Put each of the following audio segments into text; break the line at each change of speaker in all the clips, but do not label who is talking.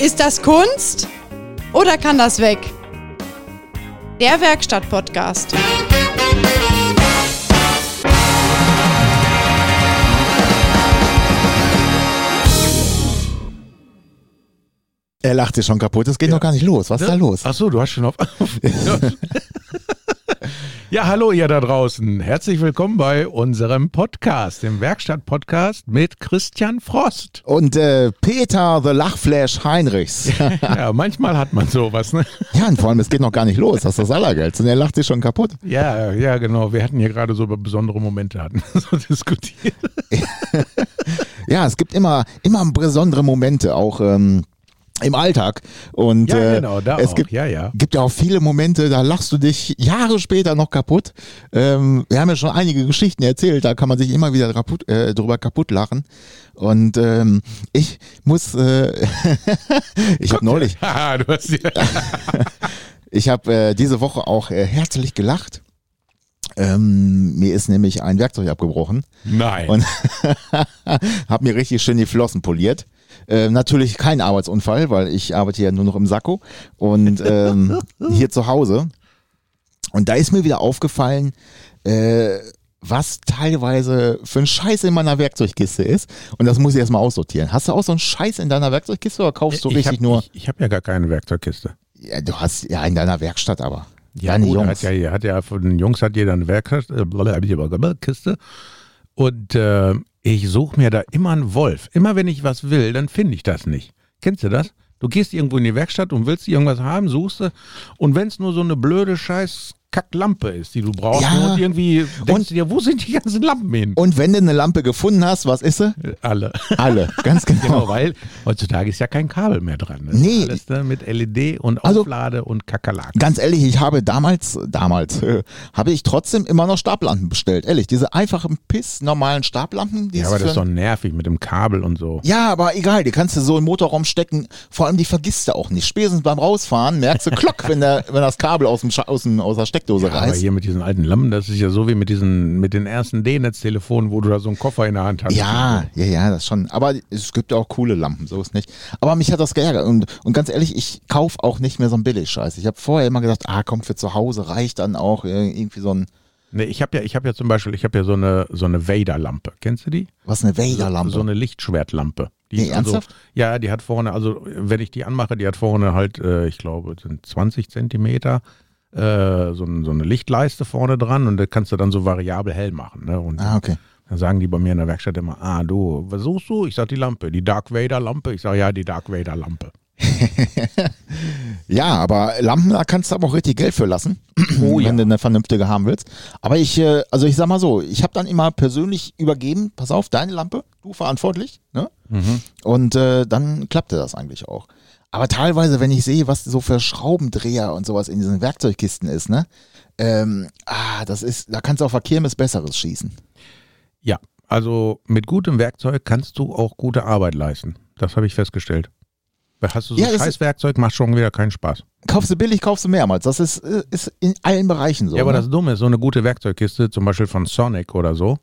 Ist das Kunst oder kann das weg? Der Werkstatt-Podcast.
Er lachte schon kaputt. Es geht noch gar nicht los. Was ist da los?
Ne? Ach so, du hast schon auf. ja, hallo ihr da draußen. Herzlich willkommen bei unserem Podcast, dem Werkstatt-Podcast mit Christian Frost.
Und äh, Peter the Lachflash Heinrichs.
Ja, manchmal hat man sowas, ne?
ja, und vor allem, es geht noch gar nicht los. Das ist das Allergeilste. Und er lacht sich schon kaputt.
Ja, ja, genau. Wir hatten hier gerade so über besondere Momente hatten wir so diskutiert.
Ja, es gibt immer, immer besondere Momente, auch ähm, im Alltag. Und
Ja,
äh,
genau, da
es
auch.
gibt,
Ja, ja.
gibt ja auch viele Momente, da lachst du dich Jahre später noch kaputt. Ähm, wir haben ja schon einige Geschichten erzählt, da kann man sich immer wieder kaputt, äh, drüber kaputt lachen. Und ähm, ich muss, äh, ich habe neulich,
Haha, du hast ja.
Ich habe äh, diese Woche auch äh, herzlich gelacht. Ähm, mir ist nämlich ein Werkzeug abgebrochen
Nein.
und habe mir richtig schön die Flossen poliert. Äh, natürlich kein Arbeitsunfall, weil ich arbeite ja nur noch im Sakko und ähm, hier zu Hause. Und da ist mir wieder aufgefallen, äh, was teilweise für ein Scheiß in meiner Werkzeugkiste ist. Und das muss ich erstmal aussortieren. Hast du auch so einen Scheiß in deiner Werkzeugkiste oder kaufst du
Äh, ich
richtig
hab,
nur?
Ich, ich habe ja gar keine Werkzeugkiste.
Ja, du hast ja in deiner Werkstatt aber. Deine
gut,
Jungs.
Hat ja, hat ja, von den Jungs hat jeder eine Werkkiste. äh, blablabla, Kiste. Und äh, ich suche mir da immer einen Wolf. Immer wenn ich was will, dann finde ich das nicht. Kennst du das? Du gehst irgendwo in die Werkstatt und willst irgendwas haben, suchst du. Und wenn es nur so eine blöde Scheiß Kacklampe ist, die du brauchst,
Ja.
und irgendwie denkst
Und-
du dir, wo sind die ganzen Lampen hin?
Und wenn du eine Lampe gefunden hast, was ist sie?
Äh, Alle.
Alle, ganz genau.
Genau, weil heutzutage ist ja kein Kabel mehr dran. Das
Nee.
ist Alles ne, mit LED und
Also-
Auflade und Kakerlaken.
Ganz ehrlich, ich habe damals, damals, äh, habe ich trotzdem immer noch Stablampen bestellt. Ehrlich, diese einfachen Piss normalen Stablampen, die
Ja,
es
aber das
für-
ist doch nervig mit dem Kabel und so.
ja, aber egal, die kannst du so im Motorraum stecken. Vor allem, die vergisst du auch nicht. Spätestens beim Rausfahren merkst du Klock, wenn, der, wenn das Kabel aus, dem Scha aus, dem, aus der Steckdose
Aber
reißt.
hier mit diesen alten Lampen, das ist ja so wie mit diesen, mit den ersten D-Netz-Telefonen, wo du da so einen Koffer in der Hand hast.
Ja, ja, ja, das schon. Aber es gibt ja auch coole Lampen, so ist nicht. Aber mich hat das geärgert. Und, und ganz ehrlich, ich kauf auch nicht mehr so einen Billigscheiß. Ich habe vorher immer gedacht, ah, komm, für zu Hause reicht dann auch äh, irgendwie so ein,
Nee, ich habe ja, ich habe ja zum Beispiel, ich habe ja so eine, so eine Vader-Lampe. Kennst du die?
was eine Vaderlampe.
So eine Lichtschwertlampe. Die
Nee,
ist also,
ernsthaft?
ja, die hat vorne, also wenn ich die anmache, die hat vorne halt, äh, ich glaube, es sind 20 Zentimeter äh, so, ein- so eine Lichtleiste vorne dran und da kannst du dann so variabel hell machen. Ne? Und
ah, okay.
Dann sagen die bei mir in der Werkstatt immer, ah du, was suchst du? Ich sag die Lampe, die Dark Vader Lampe. Ich sag ja, die Dark Vader Lampe.
Ja, aber Lampen, da kannst du aber auch richtig Geld für lassen,
Oh ja.
wenn du eine vernünftige haben willst. Aber ich, äh, also ich sag mal so, ich habe dann immer persönlich übergeben, pass auf, deine Lampe, du verantwortlich, ne?
Mhm.
Und äh, dann klappte das eigentlich auch. Aber teilweise, wenn ich sehe, was so für Schraubendreher und sowas in diesen Werkzeugkisten ist, ne? Ähm, ah, das ist, da kannst du auf der Kirmes Besseres schießen.
Ja, also mit gutem Werkzeug kannst du auch gute Arbeit leisten. Das habe ich festgestellt. Weil Hast du so
Ja, das
scheiß Werkzeug, macht schon wieder keinen Spaß.
Kaufst du billig, kaufst du mehrmals. Das ist, äh, ist in allen Bereichen so.
ja, aber
ne?
das Dumme ist, so eine gute Werkzeugkiste, zum Beispiel von Sonic oder so,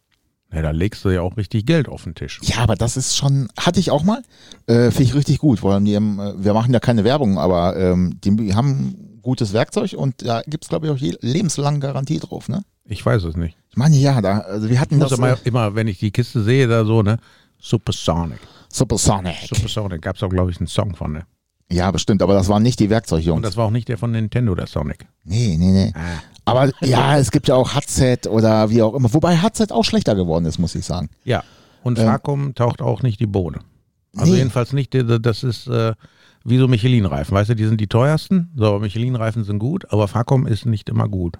na, da legst du ja auch richtig Geld auf den Tisch.
Ja, aber das ist schon, hatte ich auch mal. Äh, Finde ich richtig gut. Vor allem, die haben, äh, wir machen ja keine Werbung, aber ähm, die haben gutes Werkzeug und da gibt's glaub glaube ich, auch je, lebenslange Garantie drauf, ne?
Ich weiß es nicht.
Ich meine, ja, da, also wir hatten
Ich muss
das äh,
immer, immer, wenn ich die Kiste sehe, da so, ne? Supersonic.
Supersonic.
Supersonic gab es auch, glaube ich, einen Song von, ne?
Ja, bestimmt, aber das waren nicht die
Und
Werkzeugjungs.
das war auch nicht der von Nintendo, der Sonic.
Nee, nee, nee.
Ah.
Aber ja, es gibt ja auch HZ oder wie auch immer. Wobei HZ auch schlechter geworden ist, muss ich sagen.
Ja, und
Ähm,
Vakuum taucht auch nicht die Bohne. Also
Nee.
jedenfalls nicht, die- die- das ist äh, wie so Michelin-Reifen. Weißt du, die sind die teuersten. So, Michelin-Reifen sind gut, aber Vakuum ist nicht immer gut.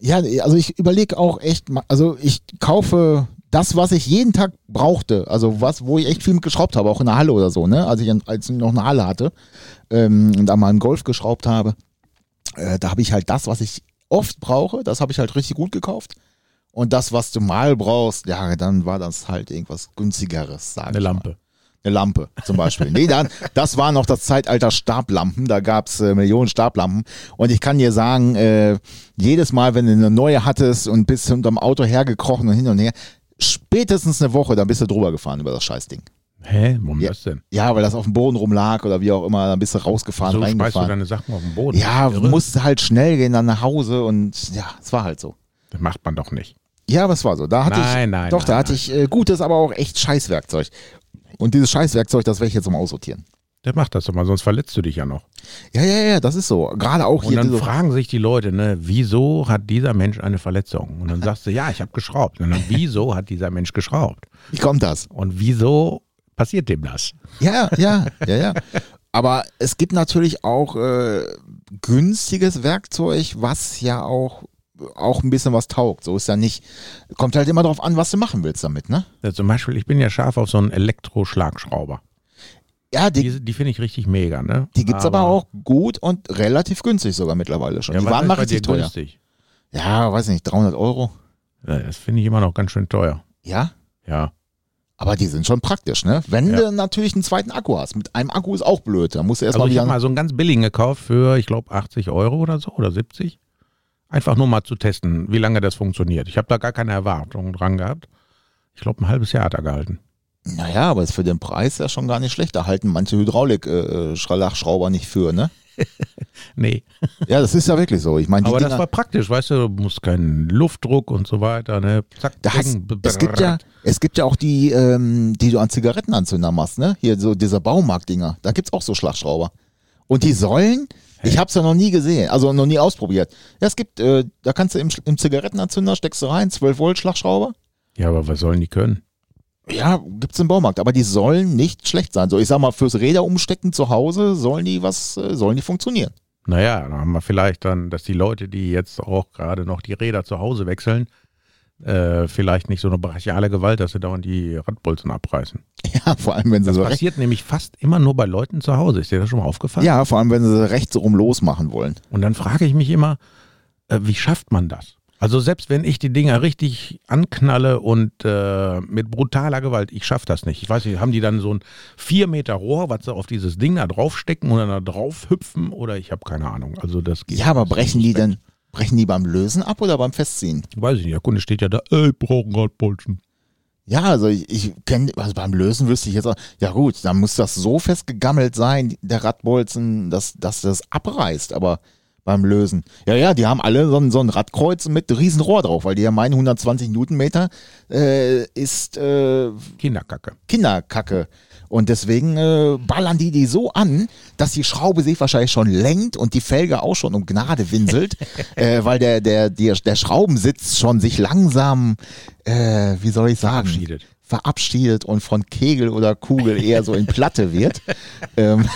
Ja, also ich überlege auch echt, ma- also ich kaufe das, was ich jeden Tag brauchte, also was, wo ich echt viel mit geschraubt habe, auch in der Halle oder so, ne? Als ich, an- als ich noch eine Halle hatte ähm, und da mal einen Golf geschraubt habe, äh, da habe ich halt das, was ich oft brauche, das habe ich halt richtig gut gekauft. Und das, was du mal brauchst, ja, dann war das halt irgendwas günstigeres, sag
Eine
ich mal.
Lampe.
Eine Lampe zum Beispiel. nee, dann, das war noch das Zeitalter Stablampen. Da gab's äh, Millionen Stablampen. Und ich kann dir sagen, äh, jedes Mal, wenn du eine neue hattest und bist hinterm Auto hergekrochen und hin und her, spätestens eine Woche, dann bist du drüber gefahren über das Scheißding.
Hä? Warum das denn?
Ja, weil das auf dem Boden rumlag oder wie auch immer, dann bist du rausgefahren,
So schmeißt du
reingefahren.
deine Sachen auf den Boden.
Ja,
Irre.
musste halt schnell gehen dann nach Hause und ja, es war halt so.
Das macht man doch nicht.
Ja, aber es war so. Da hatte ich,
Nein, nein,
doch, da
nein,
hatte ich äh, gutes, aber auch echt Scheißwerkzeug. Und dieses Scheißwerkzeug, das werde ich jetzt mal aussortieren.
Der macht das doch mal, sonst verletzt du dich ja noch.
Ja, ja, ja, das ist so. Gerade auch
Und
hier.
dann
diese-
fragen sich die Leute, ne, wieso hat dieser Mensch eine Verletzung? Und dann sagst du, ja, ich habe geschraubt. Und dann, wieso hat dieser Mensch geschraubt?
Wie kommt das?
Und wieso passiert dem das?
Ja, ja, ja, ja. Aber es gibt natürlich auch äh, günstiges Werkzeug, was ja auch, auch ein bisschen was taugt. So ist ja nicht. Kommt halt immer darauf an, was du machen willst damit, ne?
Ja, zum Beispiel, ich bin ja scharf auf so einen Elektroschlagschrauber.
Ja, die,
Die, die finde ich richtig mega, ne?
die gibt's aber, auch gut und relativ günstig sogar mittlerweile schon.
Ja,
die
was
waren
ist
mal
bei dir
richtig teuer.
günstig?
Ja, weiß nicht, 300 Euro.
Ja, Das finde ich immer noch ganz schön teuer.
Ja,
Ja.
aber die sind schon praktisch, ne? Wenn
Ja.
du natürlich einen zweiten Akku hast. Mit einem Akku ist auch blöd. Da musst du
Also
erstmal
ich habe
wieder.
mal so einen ganz billigen gekauft für, ich glaube, 80 Euro oder so oder 70. Einfach nur mal zu testen, wie lange das funktioniert. Ich habe da gar keine Erwartungen dran gehabt. Ich glaube, ein halbes Jahr hat er gehalten.
Naja, aber ist für den Preis ja schon gar nicht schlecht. Da halten manche Hydraulik-Schlachschrauber nicht für, ne?
Nee,
Ja, das ist ja wirklich so. Ich meine, die
aber das
Dinger-
war praktisch, weißt du, du musst keinen Luftdruck und so weiter, ne? Zack,
da hast,
bing,
es gibt ja, es gibt ja auch die, ähm, die du an Zigarettenanzünder machst, ne? Hier so diese Baumarkt-Dinger. Da gibt's auch so Schlagschrauber. Und die Säulen, ich hab's ja noch nie gesehen, also noch nie ausprobiert. Ja, es gibt, äh, da kannst du im, Sch- im Zigarettenanzünder steckst du rein, 12 Volt Schlagschrauber.
Ja, aber was sollen die können?
Ja, gibt's im Baumarkt, aber die sollen nicht schlecht sein. So, ich sag mal, fürs Räder umstecken zu Hause sollen die was, äh, sollen die funktionieren.
Naja, dann haben wir vielleicht dann, dass die Leute, die jetzt auch gerade noch die Räder zu Hause wechseln, äh, vielleicht nicht so eine brachiale Gewalt, dass sie dauernd die Radbolzen abreißen.
Ja, vor allem, wenn sie
Das
so rechts.
passiert nämlich fast immer nur bei Leuten zu Hause. Ist dir das schon mal aufgefallen?
Ja, vor allem, wenn sie rechts rum losmachen wollen.
Und dann frage ich mich immer, äh, wie schafft man das? Also selbst wenn ich die Dinger richtig anknalle und äh, mit brutaler Gewalt, ich schaffe das nicht. Ich weiß nicht, haben die dann so ein 4 Meter Rohr, was sie auf dieses Ding da draufstecken und dann da drauf hüpfen oder ich habe keine Ahnung. Also das geht.
Ja, aber brechen die denn, brechen die beim Lösen ab oder beim Festziehen?
Weiß ich nicht, der Kunde steht ja da, ey, ich brauche einen Radbolzen.
Ja, also ich, ich kenne, also beim Lösen wüsste ich jetzt auch, ja gut, dann muss das so festgegammelt sein, der Radbolzen, dass, dass das abreißt, aber beim Lösen. Ja, ja, die haben alle so ein, so ein Radkreuz mit riesen Rohr drauf, weil die ja meinen, 120 Newtonmeter äh, ist äh,
Kinderkacke.
Kinderkacke. Und deswegen äh, ballern die die so an, dass die Schraube sich wahrscheinlich schon lenkt und die Felge auch schon um Gnade winselt, äh, weil der, der, der, der Schraubensitz schon sich langsam, äh, wie soll ich sagen,
Verabschiedet.
verabschiedet und von Kegel oder Kugel eher so in Platte wird. ähm,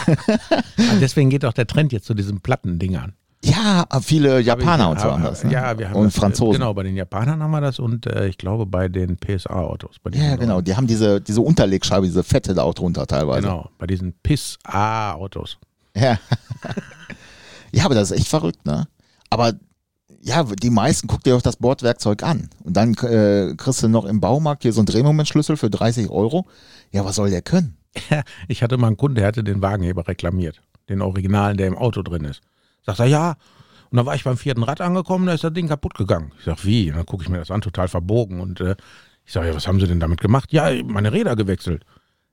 Ah, Deswegen geht auch der Trend jetzt zu diesen Plattendingern.
ja, viele Japaner und so
Haben-
anders. Ne?
Ja, wir haben
und
das, äh,
Franzosen.
Genau, bei den Japanern haben wir das und äh, ich glaube bei den PSA-Autos. bei
Ja,
diesen
genau. Die haben diese, diese Unterlegscheibe, diese Fette da auch drunter teilweise.
Genau, bei diesen Piss-A-Autos.
Ja. ja, aber das ist echt verrückt, ne? Aber ja, die meisten guckt dir doch das Bordwerkzeug an. Und dann äh, kriegst du noch im Baumarkt hier so einen Drehmomentschlüssel für 30 Euro. Ja, was soll der können?
Ich hatte mal einen Kunden, der hatte den Wagenheber reklamiert. Den Originalen, der im Auto drin ist. Sagt er, ja. Und dann war ich beim vierten Rad angekommen, da ist das Ding kaputt gegangen. Ich sag, wie? Und dann gucke ich mir das an, total verbogen. Und äh, ich sage, ja, was haben Sie denn damit gemacht? Ja, meine Räder gewechselt.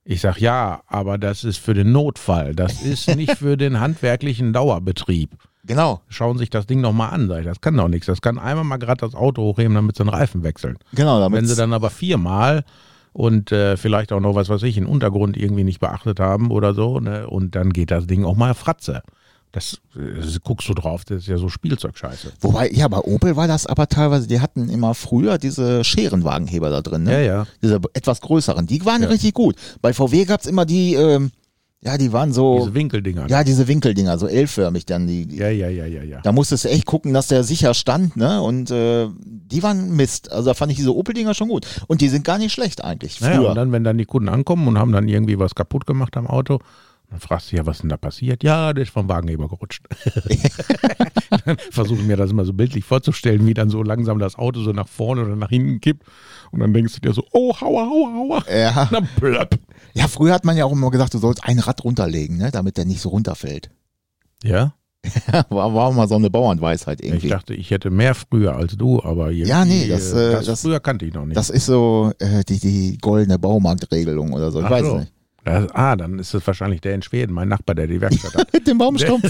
Ich sag, ja, aber das ist für den Notfall. Das ist nicht für den handwerklichen Dauerbetrieb.
Genau,
Schauen Sie sich das Ding nochmal an. Sag ich, das kann doch nichts. Das kann einmal mal gerade das Auto hochheben, damit Sie den Reifen wechseln.
genau. Damit
Wenn sie dann aber viermal und äh, vielleicht auch noch was weiß ich, den Untergrund irgendwie nicht beachtet haben oder so, ne? und dann geht das Ding auch mal Fratze. Das, äh, das guckst du drauf, das ist ja so Spielzeugscheiße.
Wobei, ja, bei Opel war das aber teilweise, die hatten immer früher diese Scherenwagenheber da drin, ne?
Ja, ja.
Diese etwas größeren. Die waren
Ja.
richtig gut. Bei VW gab's immer die, ähm, ja, die waren so,
Diese Winkeldinger.
ja, diese Winkeldinger, so L-förmig dann, die, die
ja, ja, ja, ja. ja.
Da musstest du echt gucken, dass der sicher stand, ne? Und äh, die waren Mist. Also da fand ich diese Opel-Dinger schon gut. Und die sind gar nicht schlecht eigentlich. Früher.
Naja, und dann, wenn dann die Kunden ankommen und haben dann irgendwie was kaputt gemacht am Auto, dann fragst du ja, was denn da passiert? Ja, der ist vom Wagenheber gerutscht. dann versuche ich mir das immer so bildlich vorzustellen, wie dann so langsam das Auto so nach vorne oder nach hinten kippt. Und dann denkst du dir so, oh, haua, haua, haua.
ja.
Na, plöpp.
ja, früher hat man ja auch immer gesagt, du sollst ein Rad runterlegen, ne? Damit der nicht so runterfällt.
Ja,
War, war auch mal so eine Bauernweisheit irgendwie.
ich dachte, ich hätte mehr früher als du, aber irgendwie,
Ja, nee, das, äh, das-
früher kannte ich noch nicht.
das ist so äh, die, die goldene Baumarktregelung oder so. Ich
Ach
weiß
so.
nicht.
Das, ah, dann ist es wahrscheinlich der in Schweden, mein Nachbar, der die Werkstatt hat.
Mit dem Baumstumpf.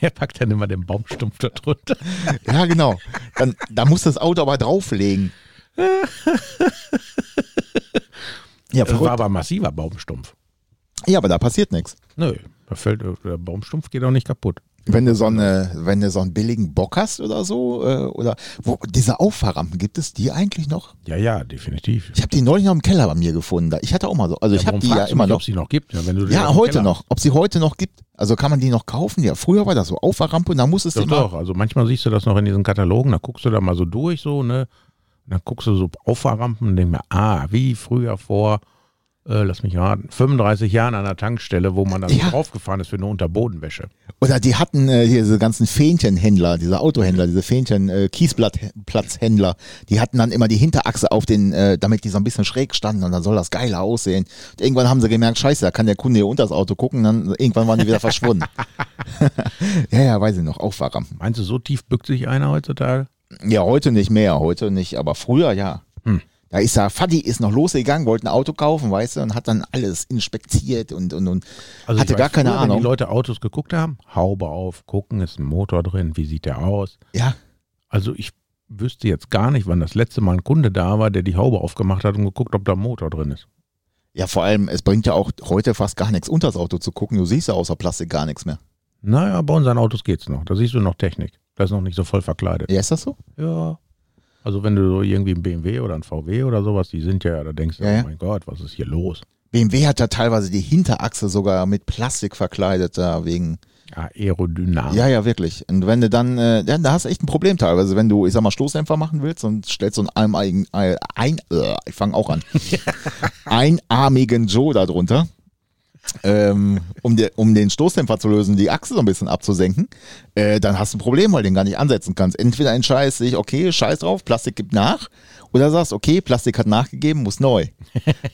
Der packt dann immer den Baumstumpf da drunter.
ja, genau. Dann, da muss das Auto aber drauflegen. ja,
Das
verrückt.
war aber massiver Baumstumpf.
ja, aber da passiert nichts.
Nö, da fällt, äh, der Baumstumpf geht auch nicht kaputt.
Wenn du so eine, wenn du so einen billigen Bock hast oder so, äh, oder wo, diese Auffahrrampen, gibt es die eigentlich noch?
Ja, ja, definitiv.
Ich habe die neulich noch im Keller bei mir gefunden. Da- Ich hatte auch mal so, also ich habe
warum
die ja
fragst du
immer
mich,
noch.
Ob sie noch gibt. Ja, wenn du die aus
Ja,
dem
heute
Keller-
noch. Ob sie heute noch gibt. Also kann man die noch kaufen? Ja, früher war das so Auffahrrampe und da musstest du
Doch,
immer.
doch. Also manchmal siehst du das noch in diesen Katalogen, da guckst du da mal so durch, so, ne? Und Dann guckst du so Auffahrrampen und denkst mir, ah, wie früher vor, äh, lass mich raten, 35 Jahren an der Tankstelle, wo man dann
Ja.
so draufgefahren ist für eine Unterbodenwäsche.
Oder die hatten äh, hier diese ganzen Fähnchenhändler, diese Autohändler, diese Fähnchen äh, Kiesblattplatzhändler, die hatten dann immer die Hinterachse auf den, äh, damit die so ein bisschen schräg standen und dann soll das geiler aussehen. Und irgendwann haben sie gemerkt, scheiße, da kann der Kunde hier unter das Auto gucken, dann irgendwann waren die wieder verschwunden. ja, ja, weiß ich noch, Auffahrrampen.
Meinst du, so tief bückt sich einer heutzutage?
Ja, heute nicht mehr, heute nicht, aber früher ja. Da ist er, Fadi ist noch losgegangen, wollte ein Auto kaufen, weißt du, und hat dann alles inspektiert und, und, und
Also ich
hatte
weiß
gar keine
früher, Wenn die
Ahnung.
Leute Autos geguckt haben, Haube auf, gucken, ist ein Motor drin, wie sieht der aus?
Ja,
Also ich wüsste jetzt gar nicht, wann das letzte Mal ein Kunde da war, der die Haube aufgemacht hat und geguckt, ob da ein Motor drin ist.
Ja, vor allem, es bringt ja auch heute fast gar nichts, unter das Auto zu gucken. Du siehst ja außer Plastik gar nichts mehr.
Naja, bei unseren Autos geht's noch. Da siehst du noch Technik. Da ist noch nicht so voll verkleidet.
Ja, ist das so?
Ja. Also wenn du so irgendwie einen BMW oder einen VW oder sowas, die sind ja, da denkst du,
Ja, ja.
oh mein Gott, was ist hier los?
BMW hat ja teilweise die Hinterachse sogar mit Plastik verkleidet, da wegen.
Ja, Aerodynamik.
Ja, ja, wirklich. Und wenn du dann, äh, ja, da hast du echt ein Problem teilweise, wenn du, ich sag mal, Stoßdämpfer machen willst und stellst so einen einarmigen, ein, ein äh, ich fange auch an, einarmigen Joe da drunter, ähm, um, dir- um den Stoßdämpfer zu lösen, die Achse so ein bisschen abzusenken, äh, dann hast du ein Problem, weil du den gar nicht ansetzen kannst. Entweder entscheidest du dich, okay, scheiß drauf, Plastik gibt nach, oder sagst, okay, Plastik hat nachgegeben, muss neu.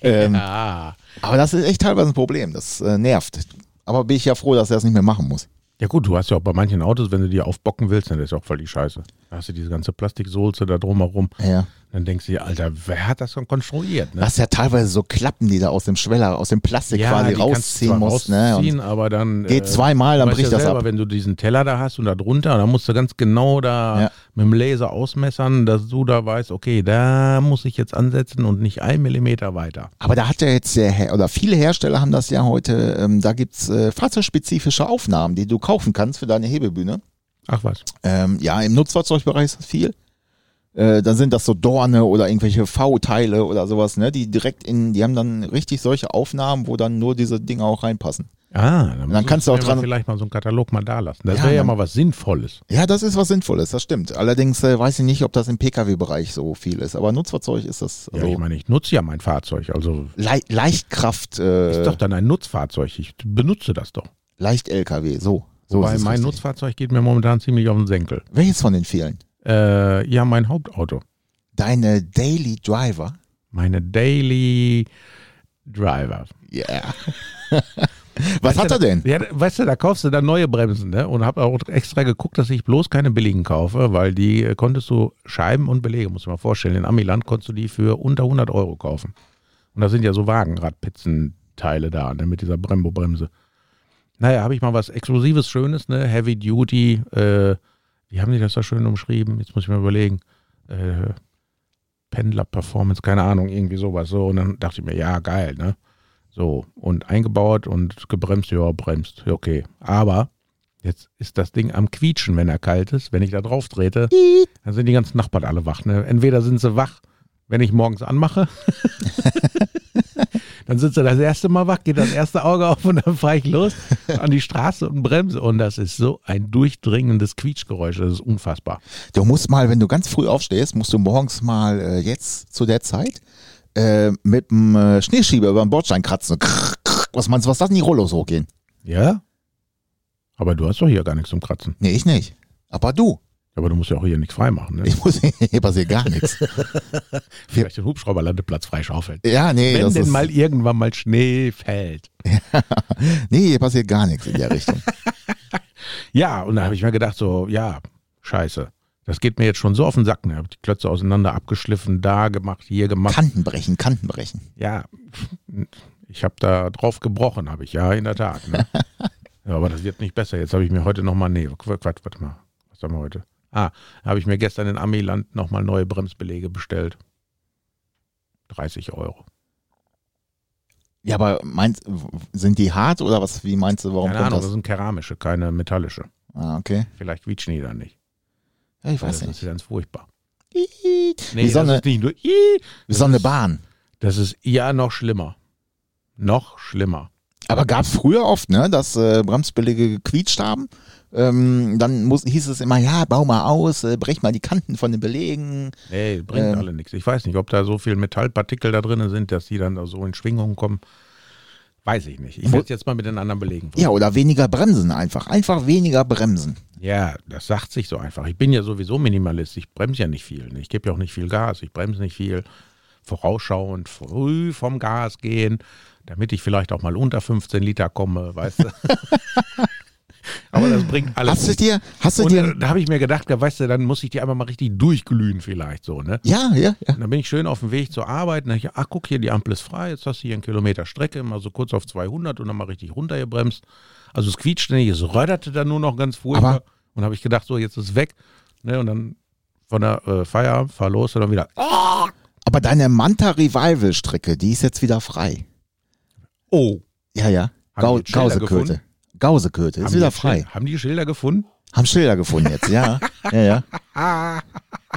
ähm,
Ah.
Aber das ist echt teilweise ein Problem, das äh, nervt. Aber bin ich ja froh, dass er das nicht mehr machen muss.
Ja gut, du hast ja auch bei manchen Autos, wenn du die aufbocken willst, dann ist ja auch voll die Scheiße. Da hast du diese ganze Plastiksoße da drumherum.
Ja.
Dann denkst du dir, Alter, wer hat das denn konstruiert? Ne?
Das ist ja teilweise so Klappen, die da aus dem Schweller, aus dem Plastik quasi
die kannst du
rausziehen
zwar
musst. Ne? Und
rausziehen, aber dann
geht
äh,
zweimal, dann
weißt
bricht
ja
das
selber,
ab.
Wenn du diesen Teller da hast und da drunter, dann musst du ganz genau da
Ja.
mit dem Laser ausmessern, dass du da weißt, okay, da muss ich jetzt ansetzen und nicht einen Millimeter weiter.
Aber da hat ja jetzt der, Her- oder viele Hersteller haben das ja heute, ähm, da gibt's äh, fahrzeugspezifische Aufnahmen, die du kaufen kannst für deine Hebebühne.
Ach was.
Ähm, ja, im Nutzfahrzeugbereich ist das viel. Äh, dann sind das so Dorne oder irgendwelche V-Teile oder sowas, ne? Die direkt in, die haben dann richtig solche Aufnahmen, wo dann nur diese Dinge auch reinpassen.
Ah, dann, muss
dann
ich
kannst du auch
mir
dran-
mal vielleicht mal so einen Katalog mal da lassen. Das
Ja, ne?
wäre ja
dann-
mal was Sinnvolles.
Ja, das ist was Sinnvolles, das stimmt. Allerdings äh, weiß ich nicht, ob das im Pkw-Bereich so viel ist, aber Nutzfahrzeug ist das.
Ja, ich meine, ich nutze ja mein Fahrzeug, also
Lei Leichtkraft, äh,
ist doch dann ein Nutzfahrzeug. Ich benutze das doch.
Leicht-LKW, so. so
Wobei
ist es
mein
richtig.
Nutzfahrzeug geht mir momentan ziemlich auf den Senkel.
Welches von den vielen?
Äh, ja, mein Hauptauto.
Deine Daily Driver?
Meine Daily Driver.
Ja. Was hat er denn?
Ja, weißt du, da kaufst du dann neue Bremsen, ne? Und hab auch extra geguckt, dass ich bloß keine billigen kaufe, weil die äh, konntest du Scheiben und Belege, muss ich mal vorstellen. In Amiland konntest du die für unter 100 Euro kaufen. Und da sind ja so Wagenradpitzenteile da, ne? Mit dieser Brembo-Bremse. Naja, habe ich mal was Exklusives, Schönes, ne? Heavy Duty, äh, wie haben die das da schön umschrieben? Jetzt muss ich mir überlegen. Äh, Pendler-Performance, keine Ahnung, irgendwie sowas. So, und dann dachte ich mir, ja, geil, ne? So, und eingebaut und gebremst, ja, bremst, ja, okay. Aber jetzt ist das Ding am Quietschen, wenn er kalt ist. Wenn ich da drauf trete, dann sind die ganzen Nachbarn alle wach. Ne? Entweder sind sie wach, wenn ich morgens anmache. dann sind sie das erste Mal wach, geht das erste Auge auf und dann fahre ich los an die Straße und bremse. Und das ist so ein durchdringendes Quietschgeräusch, das ist unfassbar.
Du musst mal, wenn du ganz früh aufstehst, musst du morgens mal äh, jetzt zu der Zeit äh, mit dem äh, Schneeschieber über den Bordstein kratzen. Krrr, krrr. Was meinst du, was das in die Rollos hochgehen?
Ja? Aber du hast doch hier gar nichts zum Kratzen.
Nee, ich nicht. Aber du.
Aber du musst ja auch hier nichts freimachen. Ne?
Ich muss, hier passiert gar nichts.
Vielleicht den Hubschrauberlandeplatz freischaufeln.
Ja, nee,
Wenn
das
denn
ist,
mal irgendwann mal Schnee fällt.
nee, hier passiert gar nichts in der Richtung.
Ja, und da habe ich mir gedacht, so, ja, scheiße. Das geht mir jetzt schon so auf den Sack. Ne? Habe die Klötze auseinander abgeschliffen, da gemacht, hier gemacht.
Kanten brechen, Kanten brechen.
Ja, Ich habe da drauf gebrochen, habe ich. Ja, in der Tat. Ne? ja, aber das wird nicht besser. Jetzt habe ich mir heute nochmal, nee, Qu- Quatsch, warte mal. Was haben wir heute? Ah, habe ich mir gestern in Amiland nochmal neue Bremsbeläge bestellt. 30 Euro.
Ja, aber meinst, sind die hart oder was? Wie meinst du, warum
keine Ahnung,
kommt
das? sind keramische, keine metallische.
das? Ah, okay.
Vielleicht quietschen die dann nicht.
Ja, ich
Weil
weiß
das
nicht.
ist ganz furchtbar.
Wie
Nee,
so
das
eine,
ist nicht nur. Ii,
wie so eine Bahn.
Das ist ja noch schlimmer. Noch schlimmer.
Aber gab es früher oft, ne, dass äh, Bremsbeläge gequietscht haben. Ähm, dann muss, hieß es immer, ja, bau mal aus, äh, brech mal die Kanten von den Belegen.
Nee, bringt
Ähm.
alle nichts. Ich weiß nicht, ob da so viel Metallpartikel da drin sind, dass die dann da so in Schwingungen kommen. Weiß ich nicht. Ich
Wo-
will jetzt mal mit den anderen belegen.
Ja, oder weniger bremsen einfach. Einfach weniger bremsen.
Ja, das sagt sich so einfach. Ich bin ja sowieso Minimalist. Ich bremse ja nicht viel. Ich gebe ja auch nicht viel Gas. Ich bremse nicht viel. Vorausschauend früh vom Gas gehen, damit ich vielleicht auch mal unter 15 Liter komme, weißt du. Aber das bringt alles.
Hast du dir, hast du
Und
dir,
äh, da habe ich mir gedacht, ja, weißt du, dann muss ich die einmal mal richtig durchglühen vielleicht so, ne?
ja, ja, ja.
Und dann bin ich schön auf dem Weg zur Arbeit. Und dann ich, ach, guck hier, die Ampel ist frei. Jetzt hast du hier einen Kilometer Strecke, mal so kurz auf 200 und dann mal richtig runtergebremst. Also es quietschte nicht, es röderte dann nur noch ganz furchtbar.
Aber-
und habe ich gedacht, so, jetzt ist weg. Ne? Und dann von der äh, Feierabend, fahr los und dann wieder,
Ah. Aber deine Manta Revival Strecke, die ist jetzt wieder frei.
oh.
Ja, ja.
Haben
Gau
die Schilder
Gauseköte.
gefunden?
Gauseköte
Haben
ist
die
wieder
jetzt
frei.
Schilder, haben die Schilder gefunden?
Haben Schilder gefunden jetzt, ja. ja, ja.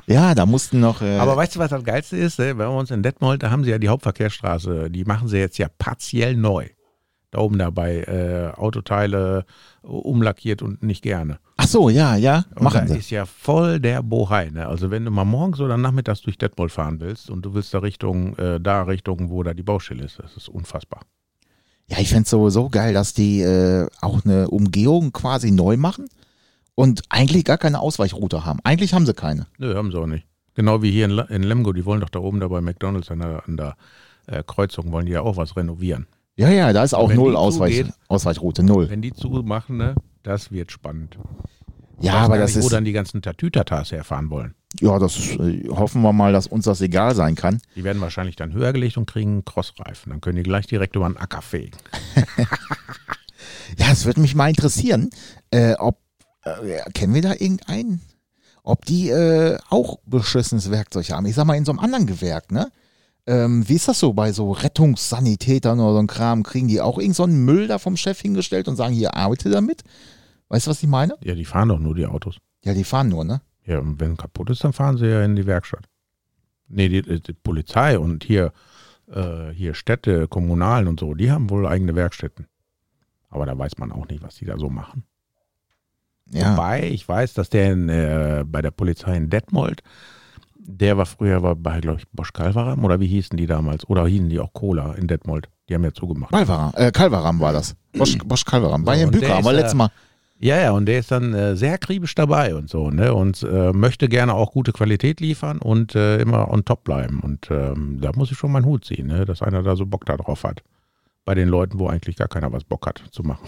Ja, da mussten noch. Äh,
Aber weißt du, was das Geilste ist? ne? Wenn wir uns in Detmold, da haben sie ja die Hauptverkehrsstraße, die machen sie jetzt ja partiell neu. Da oben dabei äh, Autoteile umlackiert und nicht gerne.
ach so, ja, ja,
Und
machen
da
sie.
ist ja voll der Bohai. Ne? Also wenn du mal morgens oder nachmittags durch Detmold fahren willst und du willst da Richtung, äh, da Richtung, wo da die Baustelle ist, das ist unfassbar.
Ja, ich fänd's sowieso geil, dass die äh, auch eine Umgehung quasi neu machen und eigentlich gar keine Ausweichroute haben. Eigentlich haben sie keine.
Nö, haben sie auch nicht. Genau wie hier in, La- in Lemgo, die wollen doch da oben da bei McDonalds an der, an der äh, Kreuzung, wollen die ja auch was renovieren.
Ja, ja, da ist auch
Wenn
null
die
Ausweich,
zugeht-
Ausweichroute, null.
Wenn die zumachen, ne, das wird spannend.
Ja,
Ich weiß
aber
gar
das
nicht, Wo
ist,
dann die ganzen Tatütatas herfahren wollen.
ja, das ist, äh, hoffen wir mal, dass uns das egal sein kann.
Die werden wahrscheinlich dann höher gelegt und kriegen Crossreifen. Dann können die gleich direkt über einen Acker fegen.
Ja, es würde mich mal interessieren, äh, ob, äh, kennen wir da irgendeinen? Ob die äh, auch beschissenes Werkzeug haben. Ich sag mal, in so einem anderen Gewerk, ne? Ähm, wie ist das so bei so Rettungssanitätern oder so einem Kram? Kriegen die auch irgend so einen Müll da vom Chef hingestellt und sagen, hier, arbeite damit? Weißt du, was ich meine?
Ja, die fahren doch nur die Autos.
Ja, die fahren nur, ne?
Ja, und wenn kaputt ist, dann fahren sie ja in die Werkstatt. Nee, die, äh, die Polizei und hier, äh, hier Städte, Kommunalen und so, die haben wohl eigene Werkstätten. Aber da weiß man auch nicht, was die da so machen.
Ja.
Wobei, ich weiß, dass der in, äh, bei der Polizei in Detmold, der war früher war bei, glaube ich, Bosch Calvaram oder wie hießen die damals? Oder hießen die auch Cola in Detmold? Die haben ja zugemacht.
Balvaram, äh, Kalvaram war das. Bosch, Bosch Kalvaram. Bei
So,
Jan
und der
Büker haben wir
ist, äh,
letztes Mal.
Ja, ja, und der ist dann äh, sehr akribisch dabei und so, ne? Und äh, möchte gerne auch gute Qualität liefern und äh, immer on top bleiben. Und ähm, da muss ich schon meinen Hut ziehen, ne? Dass einer da so Bock da drauf hat. Bei den Leuten, wo eigentlich gar keiner was Bock hat zu machen.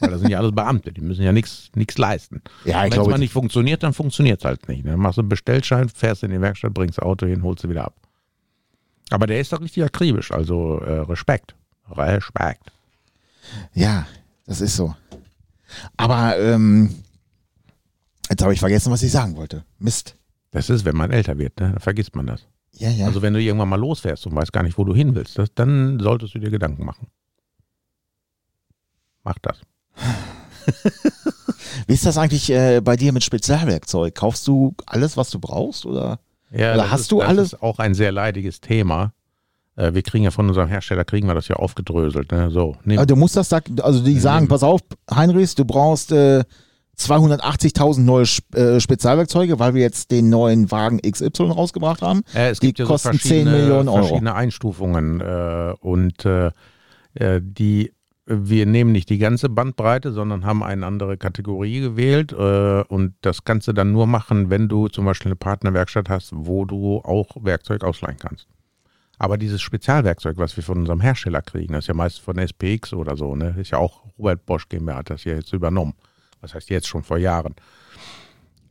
Weil das sind ja alles Beamte, die müssen ja nichts nichts leisten.
Ja, ich
Wenn es mal
glaube,
nicht funktioniert, dann funktioniert es halt nicht. Ne? Dann machst du einen Bestellschein, fährst in die Werkstatt, bringst das Auto hin, holst du wieder ab. Aber der ist doch richtig akribisch, also äh, Respekt. Respekt.
Ja, das ist so. Aber ähm, jetzt habe ich vergessen, was ich sagen wollte. Mist.
Das ist, wenn man älter wird, ne? dann vergisst man das.
Ja, ja.
Also wenn du irgendwann mal losfährst und weißt gar nicht, wo du hin willst, das, dann solltest du dir Gedanken machen. Mach das.
Wie ist das eigentlich äh, bei dir mit Spezialwerkzeug? Kaufst du alles, was du brauchst? Oder?
Ja,
Oder
das
hast
ist,
du
das
alles-
ist auch ein sehr leidiges Thema. Äh, wir kriegen ja von unserem Hersteller, kriegen wir das ja aufgedröselt. Ne? So, nimm,
Aber du musst das sagen, also die
Mhm.
sagen, pass auf, Heinrichs, du brauchst äh, 280.000 neue Sp- äh, Spezialwerkzeuge, weil wir jetzt den neuen Wagen XY rausgebracht haben.
Äh, es
Die
gibt ja so
kosten 10
verschiedene,
Millionen Euro.
verschiedene Einstufungen äh, und äh, äh, die wir nehmen nicht die ganze Bandbreite, sondern haben eine andere Kategorie gewählt äh, und das kannst du dann nur machen, wenn du zum Beispiel eine Partnerwerkstatt hast, wo du auch Werkzeug ausleihen kannst. Aber dieses Spezialwerkzeug, was wir von unserem Hersteller kriegen, das ist ja meist von SPX oder so, ne? ist ja auch Robert Bosch GmbH hat das ja jetzt übernommen. Was heißt jetzt schon vor Jahren?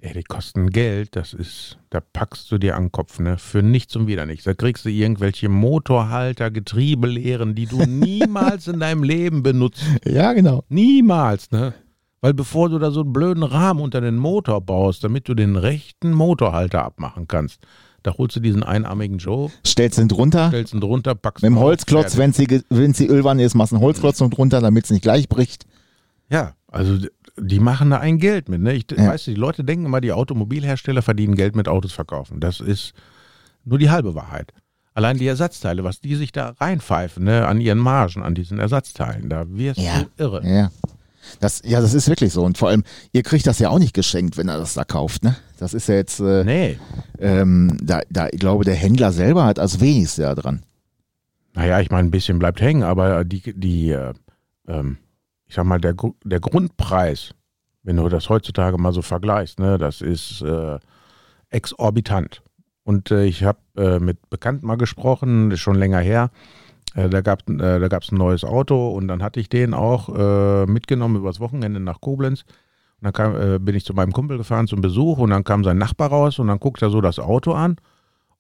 Ey, die kosten Geld, das ist, da packst du dir an den Kopf, ne? Für nichts und wieder nichts. Da kriegst du irgendwelche Motorhalter, Getriebelehren, die du niemals in deinem Leben benutzt.
Ja, genau.
Niemals, ne? Weil bevor du da so einen blöden Rahmen unter den Motor baust, damit du den rechten Motorhalter abmachen kannst, da holst du diesen einarmigen Joe,
Stellst ihn drunter.
stellst ihn drunter, packst
Mit dem
ihn auf,
Holzklotz,
fertig.
wenn sie, ge- wenn sie Ölwanne ist, machst du einen Holzklotz noch drunter, damit es nicht gleich bricht.
Ja, also d- die machen da ein Geld mit. Ne? Ich,
Ja.
Weißt du, die Leute denken immer, die Automobilhersteller verdienen Geld mit Autos verkaufen. Das ist nur die halbe Wahrheit. Allein die Ersatzteile, was die sich da reinpfeifen, ne, an ihren Margen, an diesen Ersatzteilen, da wirst
Ja.
du irre.
Ja. Das, ja, das ist wirklich so. Und vor allem, ihr kriegt das ja auch nicht geschenkt, wenn ihr das da kauft. Ne? Das ist ja jetzt, äh,
Nee.
ähm, da, da, ich glaube, der Händler selber hat als wenigste da dran.
Naja, ich meine, ein bisschen bleibt hängen, aber die, die äh, ähm, ich sag mal, der, Gru- der Grundpreis, wenn du das heutzutage mal so vergleichst, ne, das ist äh, exorbitant. Und äh, ich habe äh, mit Bekannten mal gesprochen, ist schon länger her. Äh, da gab es äh, da gab's ein neues Auto und dann hatte ich den auch äh, mitgenommen übers Wochenende nach Koblenz. Und dann kam, äh, bin ich zu meinem Kumpel gefahren zum Besuch und dann kam sein Nachbar raus und dann guckt er so das Auto an.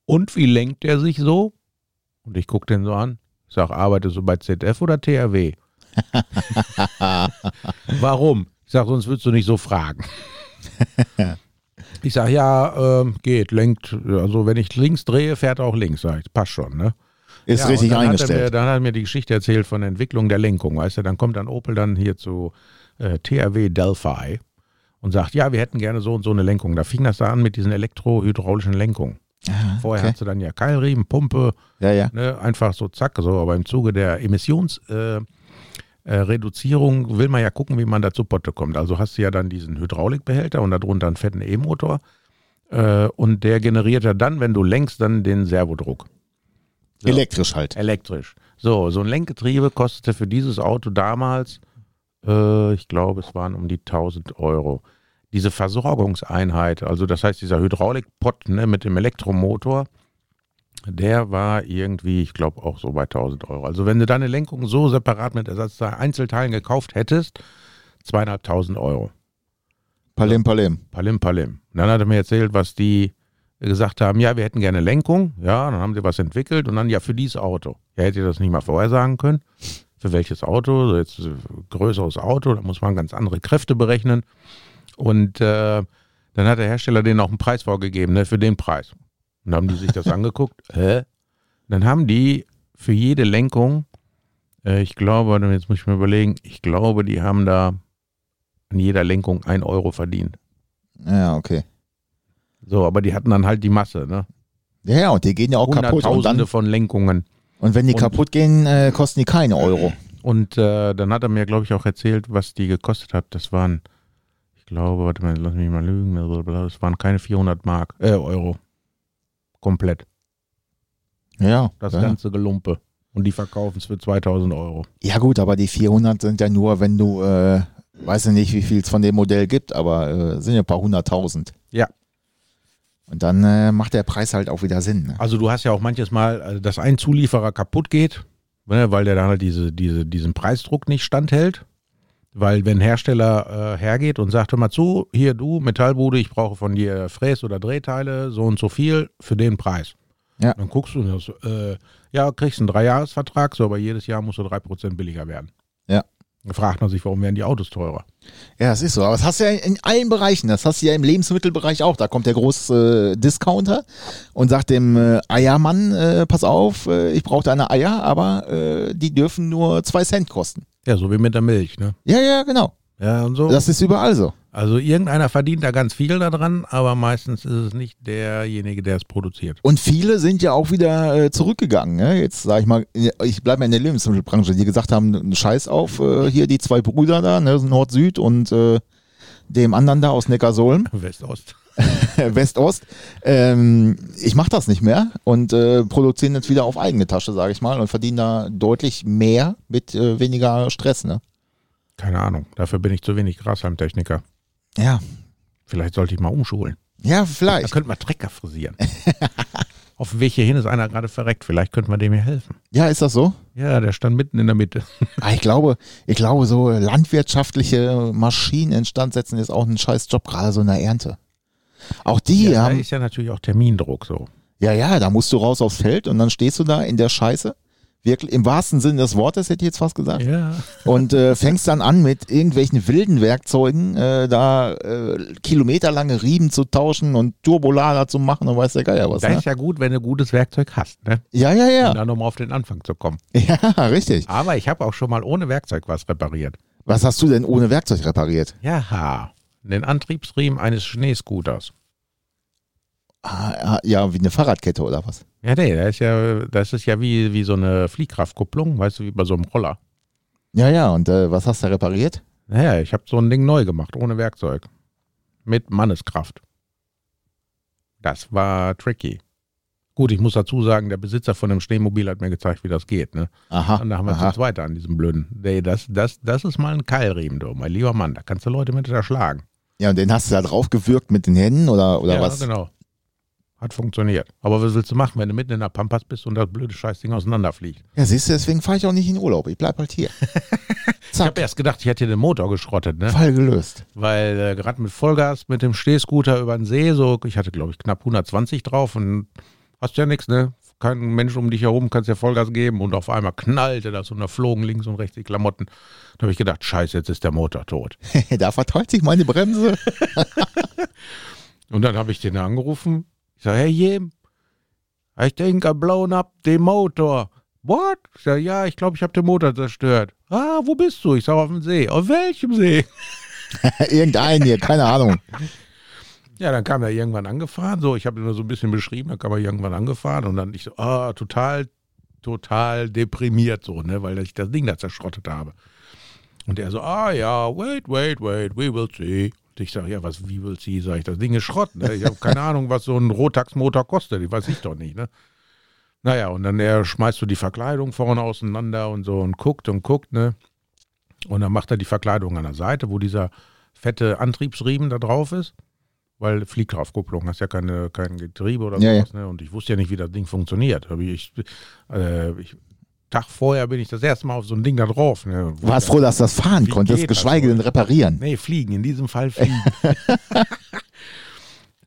Und wie lenkt er sich so? Und ich gucke den so an. Ich sage, arbeitest du bei ZF oder THW? Warum? Ich sage, sonst würdest du nicht so fragen. Ich sage, ja, ähm, geht, lenkt. Also wenn ich links drehe, fährt er auch links. Sag ich, passt schon, ne?
Ist
Ja,
richtig
und dann Hat er mir,
eingestellt.
dann hat er mir die Geschichte erzählt von der Entwicklung der Lenkung. Weißt du, dann kommt dann Opel dann hier zu äh, THW Delphi und sagt, ja, wir hätten gerne so und so eine Lenkung. Da fing das da an mit diesen elektrohydraulischen Lenkungen. Vorher
okay.
hattest du dann ja Keilriemen, Pumpe,
Ja, ja.
ne, einfach so zack, so, aber im Zuge der Emissionsreduzierung äh, Reduzierung will man ja gucken, wie man da zu Potte kommt. Also hast du ja dann diesen Hydraulikbehälter und darunter einen fetten E-Motor äh, und der generiert ja dann, wenn du lenkst, dann den Servodruck. So.
Elektrisch halt.
Elektrisch. So, so ein Lenkgetriebe kostete für dieses Auto damals, äh, ich glaube, es waren um die 1000 Euro. Diese Versorgungseinheit, also das heißt, dieser Hydraulikpott ne, mit dem Elektromotor, der war irgendwie, ich glaube, auch so bei 1000 Euro. Also, wenn du deine Lenkung so separat mit Ersatzteilen, Einzelteilen gekauft hättest, zweieinhalbtausend Euro.
Palim, palim.
Palim, palim. Und dann hat er mir erzählt, was die gesagt haben, ja, wir hätten gerne Lenkung, ja, dann haben sie was entwickelt und dann, ja, für dieses Auto. Ja, hätte ihr das nicht mal vorher sagen können? Für welches Auto? So Jetzt äh, größeres Auto, da muss man ganz andere Kräfte berechnen. Und äh, dann hat der Hersteller denen auch einen Preis vorgegeben, ne, für den Preis. Und dann haben die sich das angeguckt, hä? Dann haben die für jede Lenkung, äh, ich glaube, warte, jetzt muss ich mir überlegen, ich glaube, die haben da an jeder Lenkung ein Euro verdient.
Ja, okay.
So, aber die hatten dann halt die Masse, ne?
Ja, ja, und die gehen ja auch Oh, kaputt. Und,
Hunderttausende
dann,
von Lenkungen.
und wenn die
und-
kaputt gehen, äh, kosten die keine Euro.
Und äh, dann hat er mir, glaube ich, auch erzählt, was die gekostet hat. Das waren, ich glaube, warte mal, lass mich mal lügen, blablabla, das waren keine 400 Mark, äh, Euro. Komplett.
Ja,
Das
ja.
ganze Gelumpe. Und die verkaufen es für 2000 Euro.
ja gut, aber die 400 sind ja nur, wenn du, äh, weiß ja nicht, wie viel es von dem Modell gibt, aber äh, sind ja ein paar hunderttausend.
Ja.
Und dann äh, macht der Preis halt auch wieder Sinn. Ne?
Also du hast ja auch manches Mal, also, dass ein Zulieferer kaputt geht, ne, weil der dann halt diese, diese, diesen Preisdruck nicht standhält. Weil wenn ein Hersteller äh, hergeht und sagt, hör mal zu, hier du, Metallbude, ich brauche von dir Fräs- oder Drehteile, so und so viel für den Preis.
Ja.
Dann guckst du und sagst, äh, ja, kriegst einen Dreijahresvertrag, so, aber jedes Jahr musst du 3% billiger werden.
Ja.
Dann fragt man sich, warum werden die Autos teurer?
Ja, das ist so. Aber das hast du ja in allen Bereichen. Das hast du ja im Lebensmittelbereich auch. Da kommt der große äh, Discounter und sagt dem äh, Eiermann, äh, pass auf, äh, ich brauche deine Eier, aber äh, die dürfen nur zwei Cent kosten.
Ja, so wie mit der Milch, ne?
Ja, ja, genau.
Ja, und so.
Das ist überall so.
Also irgendeiner verdient da ganz viel daran, aber meistens ist es nicht derjenige, der es produziert.
Und viele sind ja auch wieder äh, zurückgegangen. Ne? Jetzt sage ich mal, ich bleibe mal in der Lebensmittelbranche, die gesagt haben, einen Scheiß auf, äh, hier die zwei Brüder da, ne, Nord-Süd und äh, dem anderen da aus Neckarsulm.
West-Ost.
West-Ost. Ähm, ich mache das nicht mehr und äh, produzieren jetzt wieder auf eigene Tasche, sage ich mal, und verdienen da deutlich mehr mit äh, weniger Stress. Ne?
Keine Ahnung. Dafür bin ich zu wenig Grashalmtechniker.
Ja.
Vielleicht sollte ich mal umschulen.
Ja,
Da
vielleicht.
könnten wir Trecker frisieren. Auf dem Weg hierhin ist einer gerade verreckt. Vielleicht könnten wir dem hier helfen.
Ja, ist das so?
Ja, der stand mitten in der Mitte.
Ah, ich glaube, ich glaube, so landwirtschaftliche Maschinen instand setzen ist auch ein scheiß Job, gerade so in der Ernte. Auch die
ja, da
haben.
ist ja natürlich auch Termindruck so.
Ja, ja, da musst du raus aufs Feld und dann stehst du da in der Scheiße. Wirklich, im wahrsten Sinne des Wortes hätte ich jetzt fast gesagt.
Ja.
Und äh, fängst dann an, mit irgendwelchen wilden Werkzeugen äh, da äh, kilometerlange Riemen zu tauschen und Turbolader zu machen und weiß der Geier was.
Da
Ne?
ist ja gut, wenn du gutes Werkzeug hast, ne?
Ja, ja,
Um
ja.
dann nochmal auf den Anfang zu kommen.
Ja, richtig.
Aber ich habe auch schon mal ohne Werkzeug was repariert.
Was hast du denn ohne Werkzeug repariert?
Ja, den Antriebsriemen eines Schneescooters.
Ah, ah, ja, wie eine Fahrradkette oder was?
Ja, nee, das ist ja, das ist ja wie, wie so eine Fliehkraftkupplung, weißt du, wie bei so einem Roller.
Ja, ja, und äh, was hast du repariert?
Naja, ich habe so ein Ding neu gemacht, ohne Werkzeug. Mit Manneskraft. Das war tricky. Gut, ich muss dazu sagen, der Besitzer von dem Schneemobil hat mir gezeigt, wie das geht. Ne?
Aha.
Und da haben wir
Ah, aha.
zu zweit an diesem blöden. Nee, das, das, das ist mal ein Keilriemen, du, mein lieber Mann. Da kannst du Leute mit erschlagen.
Ja, und den hast du da drauf gewürgt mit den Händen oder, oder
ja,
was?
genau. Hat funktioniert. Aber was willst du machen, wenn du mitten in der Pampas bist und das blöde Scheißding auseinanderfliegt?
Ja, siehst du, deswegen fahre ich auch nicht in Urlaub. Ich bleib halt hier.
Ich
Zack,
habe erst gedacht, ich hätte den Motor geschrottet, ne?
Fall gelöst.
weil äh, gerade mit Vollgas, mit dem Stehscooter über den See, so, ich hatte glaube ich knapp 120 drauf und hast ja nichts, ne? Kein Mensch um dich herum, kannst ja Vollgas geben und auf einmal knallte das und da flogen links und rechts die Klamotten. Da habe ich gedacht, scheiße, jetzt ist der Motor tot.
da verteilt sich meine Bremse.
Und dann habe ich den angerufen, ich sage, hey Jem, I think I blown up the motor. What? Ich sag, ja, ich glaube, ich habe den Motor zerstört. Ah, wo bist du? Ich sage, auf dem See. Auf welchem See?
Irgendeinen hier, keine Ahnung.
Ja, dann kam er irgendwann angefahren. So, ich habe ihn nur so ein bisschen beschrieben, dann kam er irgendwann angefahren und dann ich so, ah, total, total deprimiert so, ne, weil ich das Ding da zerschrottet habe. Und er so, ah ja, wait, wait, wait, we will see. Und ich sage, ja, was, wie will see, sage ich, das Ding ist Schrott, ne? Ich habe keine Ahnung, was so ein Rotax-Motor kostet, die weiß ich doch nicht, ne? Naja, und dann er schmeißt du die Verkleidung vorne auseinander und so und guckt und guckt, ne? Und dann macht er die Verkleidung an der Seite, wo dieser fette Antriebsriemen da drauf ist weil Fliehkraftkupplung hast ja keine, kein Getriebe oder
Ja,
sowas. Ne? Und ich wusste ja nicht, wie das Ding funktioniert. Hab ich, äh, ich, Tag vorher bin ich das erste Mal auf so ein Ding da drauf. Ne?
Du warst froh, dass du das fahren
Wie
konntest,
geht das
geschweige denn
wohl?
reparieren.
Nee, fliegen, in diesem Fall fliegen.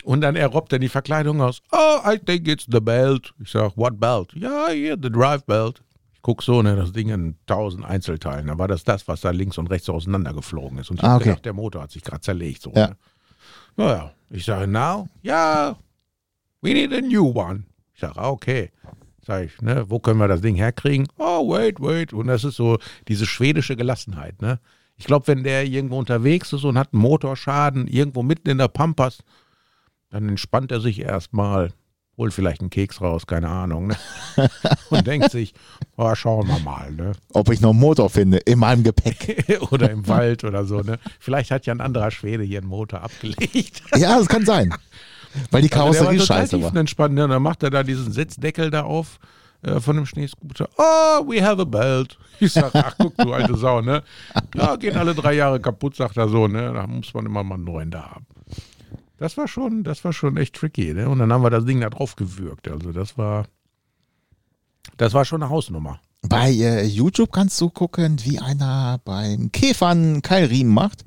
Und dann er robbt dann die Verkleidung aus. Oh, I think it's the belt. Ich sag, what belt? Ja, hier, the drive belt. Ich guck so, ne, das Ding in tausend Einzelteilen. Da war das das, was da links und rechts auseinandergeflogen ist. Und ich
Ah,
hab
okay.
gedacht, der Motor hat sich gerade zerlegt. So,
Ja.
ne? Naja, ich sage, now? Ja, we need a new one. Ich sage, ah, okay. Sag ich, ne, wo können wir das Ding herkriegen? Oh, wait, wait. Und das ist so diese schwedische Gelassenheit, ne? Ich glaube, wenn der irgendwo unterwegs ist und hat einen Motorschaden, irgendwo mitten in der Pampas, dann entspannt er sich erstmal, holt vielleicht einen Keks raus, keine Ahnung, ne? Und denkt sich, ah, schauen wir mal, ne?
Ob ich noch einen Motor finde, in meinem Gepäck.
oder im Wald oder so, ne? Vielleicht hat ja ein anderer Schwede hier einen Motor abgelegt.
Ja, das kann sein. Weil die Karosserie
Also der war total
scheiße war.
tiefenentspannt, ne? Und dann macht er da diesen Sitzdeckel da auf äh, von dem Schneescooter. Oh, we have a belt. Ich sag, ach guck, du alte Sau, ne? Ja, gehen alle drei Jahre kaputt, sagt er so, ne? Da muss man immer mal einen neuen da haben. Das war schon, das war schon echt tricky, ne? Und dann haben wir das Ding da drauf gewürgt. Also das war, das war schon eine Hausnummer.
Bei äh, YouTube kannst du gucken, wie einer beim Käfern einen Keilriemen macht.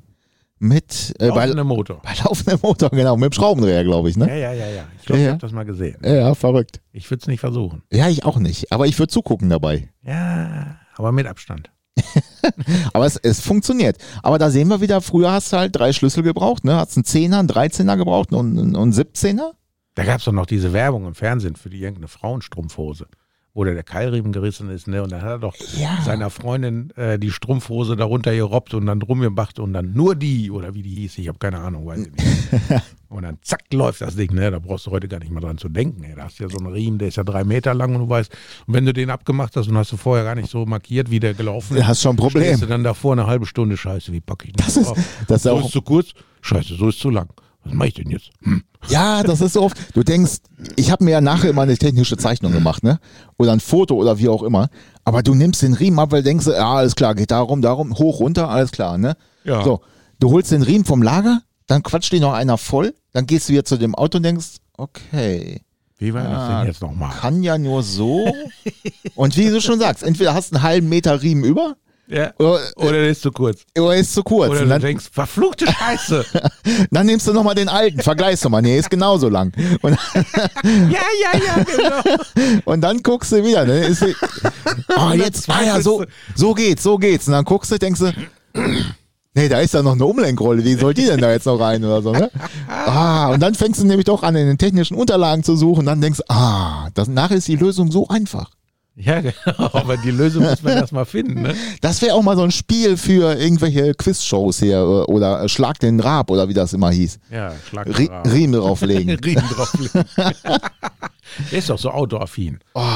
Mit, äh, bei,
Laufender Motor.
bei laufendem Motor, genau, mit dem Schraubendreher, glaube ich, ne?
Ja, ja, ja, ja. Ich
Ja,
glaube, ich
ja.
habe das mal gesehen.
Ja, verrückt.
Ich würde es nicht versuchen.
Ja, ich auch nicht. Aber ich würde zugucken dabei.
Ja, aber mit Abstand.
Aber es, es funktioniert. Aber da sehen wir wieder, früher hast du halt drei Schlüssel gebraucht, ne? Hast einen Zehner, einen Dreizehner gebraucht und einen und einen 17er?
Da gab es doch noch diese Werbung im Fernsehen für die irgendeine Frauenstrumpfhose, wo da der Keilriemen gerissen ist, ne? Und dann hat er doch
Ja.
seiner Freundin äh, die Strumpfhose darunter gerobbt und dann drum gemacht und dann nur die oder wie die hieß, ich habe keine Ahnung, weiß ich nicht. und dann zack läuft das Ding, ne? Da brauchst du heute gar nicht mal dran zu denken. Ey. Da hast du ja so einen Riemen, der ist ja drei Meter lang und du weißt, und wenn du den abgemacht hast und hast du vorher gar nicht so markiert, wie der gelaufen
Du
ist,
hast schon ein
stehst du
Problem.
dann davor eine halbe Stunde Scheiße, wie packe ich das?
ist- das ist
so
auch-
ist zu kurz, Scheiße, so ist zu lang. Was mache ich denn jetzt? Hm.
Ja, das ist so oft. Du denkst, ich habe mir ja nachher immer eine technische Zeichnung gemacht, ne? Oder ein Foto oder wie auch immer. Aber du nimmst den Riemen ab, weil du denkst, ja, alles klar, geht darum, darum, hoch, runter, alles klar, ne?
Ja.
So, du holst den Riemen vom Lager, dann quatscht dir noch einer voll, dann gehst du wieder zu dem Auto und denkst, okay,
Wie war das
Ah,
denn jetzt nochmal?
kann ja nur so. und wie du schon sagst, entweder hast du einen halben Meter Riemen über
Ja.
Oder,
Oder der ist zu kurz.
oder ist zu kurz.
Oder
Und
du
dann,
denkst, verfluchte Scheiße.
dann nimmst du nochmal den alten, vergleichst nochmal. Nee, ist genauso lang. Und,
ja, ja, ja, genau.
und dann guckst du wieder. Ne? Ist, die- ah, jetzt, ah ja, so, so geht's, so geht's. Und dann guckst du, denkst du, nee, da ist ja noch eine Umlenkrolle. Wie soll die denn da jetzt noch rein oder so? Ne? Ah, und dann fängst du nämlich doch an, in den technischen Unterlagen zu suchen. Dann denkst du, ah, das, nachher ist die Lösung so einfach.
Ja, genau. Aber die Lösung muss man erstmal finden. Ne?
Das wäre auch mal so ein Spiel für irgendwelche Quizshows hier oder, oder Schlag den Rab oder wie das immer hieß.
Ja, schlag
Rie-
drauf.
Riemen drauflegen.
Riemen drauflegen. der ist doch so outdoor-affin.
Oh,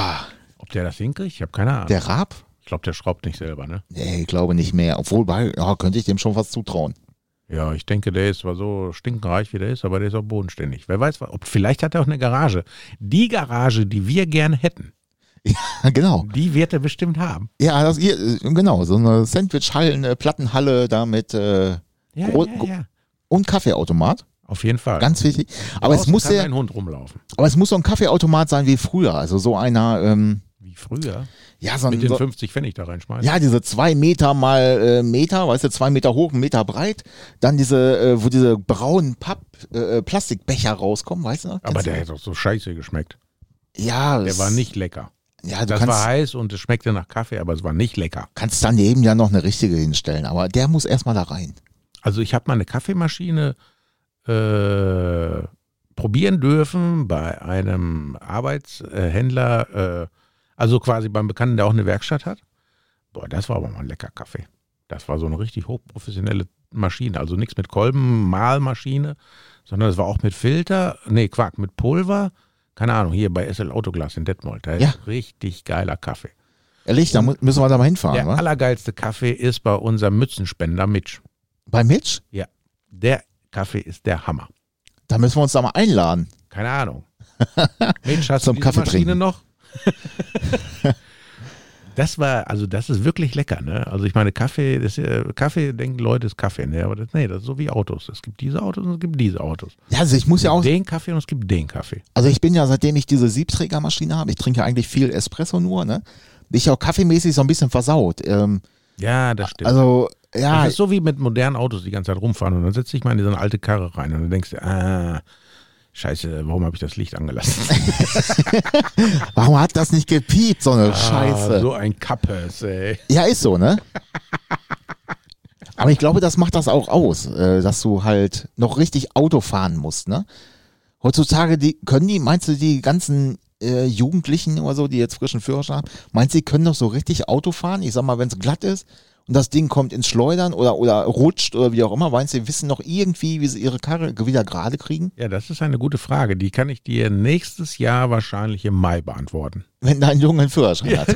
Ob der das hinkriegt? Ich habe keine Ahnung.
der Rab?
Ich glaube, der schraubt nicht selber, ne?
Nee, ich glaube nicht mehr. Obwohl, bei, ja, könnte ich dem schon was zutrauen.
Ja, ich denke, der ist zwar so stinkenreich, wie der ist, aber der ist auch bodenständig. Wer weiß, ob, vielleicht hat er auch eine Garage. Die Garage, die wir gern hätten,
genau.
die wird er bestimmt haben.
Ja, das hier, äh, genau, so eine Sandwich-Hallen, äh, Plattenhalle da mit äh,
Ja,
Gro-
ja,
gro-
ja.
und Kaffeeautomat.
Auf jeden Fall.
Ganz wichtig. Aber es,
Draußen
muss
kann
ja,
ein Hund rumlaufen.
aber es muss so ein Kaffeeautomat sein wie früher. Also so einer, ähm,
Wie früher.
ja, so ein,
Mit den
so,
50 Pfennig da reinschmeißen.
Ja, diese zwei Meter mal äh, Meter, weißt du, zwei Meter hoch, einen Meter breit. Dann diese, äh, wo diese braunen Papp, äh, äh, Plastikbecher rauskommen, weißt du? noch?
aber
Kennst
der
du?
hat doch so scheiße geschmeckt.
ja,
Der
es-
war nicht lecker.
Ja, du
Das war
kannst,
heiß und es schmeckte nach Kaffee, aber es war nicht lecker.
kannst daneben ja noch eine richtige hinstellen, aber der muss erstmal da rein.
Also ich habe mal eine Kaffeemaschine äh, probieren dürfen bei einem Arbeitshändler, äh, also quasi beim Bekannten, der auch eine Werkstatt hat. Boah, das war aber mal ein lecker Kaffee. Das war so eine richtig hochprofessionelle Maschine. Also nichts mit Kolben, Mahlmaschine, sondern es war auch mit Filter, nee, Quark, mit Pulver. Keine Ahnung, hier bei SL Autoglas in Detmold. Da
Ja.
ist richtig geiler Kaffee.
Ehrlich, da mu müssen wir da mal hinfahren,
Der
wa?
allergeilste Kaffee ist bei unserem Mützenspender Mitch.
Bei Mitch?
Der Kaffee ist der Hammer.
Da müssen wir uns da mal einladen.
Keine Ahnung. Mensch, hast
Zum
du die
Kaffee
Maschine
trinken.
noch? das war, also das ist wirklich lecker, ne? Also ich meine, Kaffee, das, äh, Kaffee denken Leute, ist Kaffee, ne? Aber das, nee, das ist so wie Autos. Es gibt diese Autos und es gibt diese Autos.
Ja, also ich muss ja auch,
den Kaffee und es gibt den Kaffee.
also ich bin ja, seitdem ich diese Siebträgermaschine habe, ich trinke ja eigentlich viel Espresso nur, ne? Bin ich auch kaffeemäßig so ein bisschen versaut. Ähm,
Ja, das stimmt.
also, ja,
das ist so wie mit modernen Autos, die die ganze Zeit rumfahren und dann setzt dich mal in diese alte Karre rein und dann denkst du, ah, scheiße, warum habe ich das Licht angelassen?
warum hat das nicht gepiept, so eine Scheiße?
Ah, so ein Kappes, ey.
Ja, ist so, ne? Aber ich glaube, das macht das auch aus, äh, dass du halt noch richtig Auto fahren musst, ne? Heutzutage, die können die, meinst du, die ganzen äh, Jugendlichen oder so, die jetzt frischen Führerschein haben, meinst du, die können doch so richtig Auto fahren? Ich sag mal, wenn es glatt ist und das Ding kommt ins Schleudern oder, oder rutscht oder wie auch immer, meinst du, die wissen noch irgendwie, wie sie ihre Karre wieder gerade kriegen?
Ja, das ist eine gute Frage. Die kann ich dir nächstes Jahr wahrscheinlich im Mai beantworten.
Wenn da ein Junge einen Führerschein hat.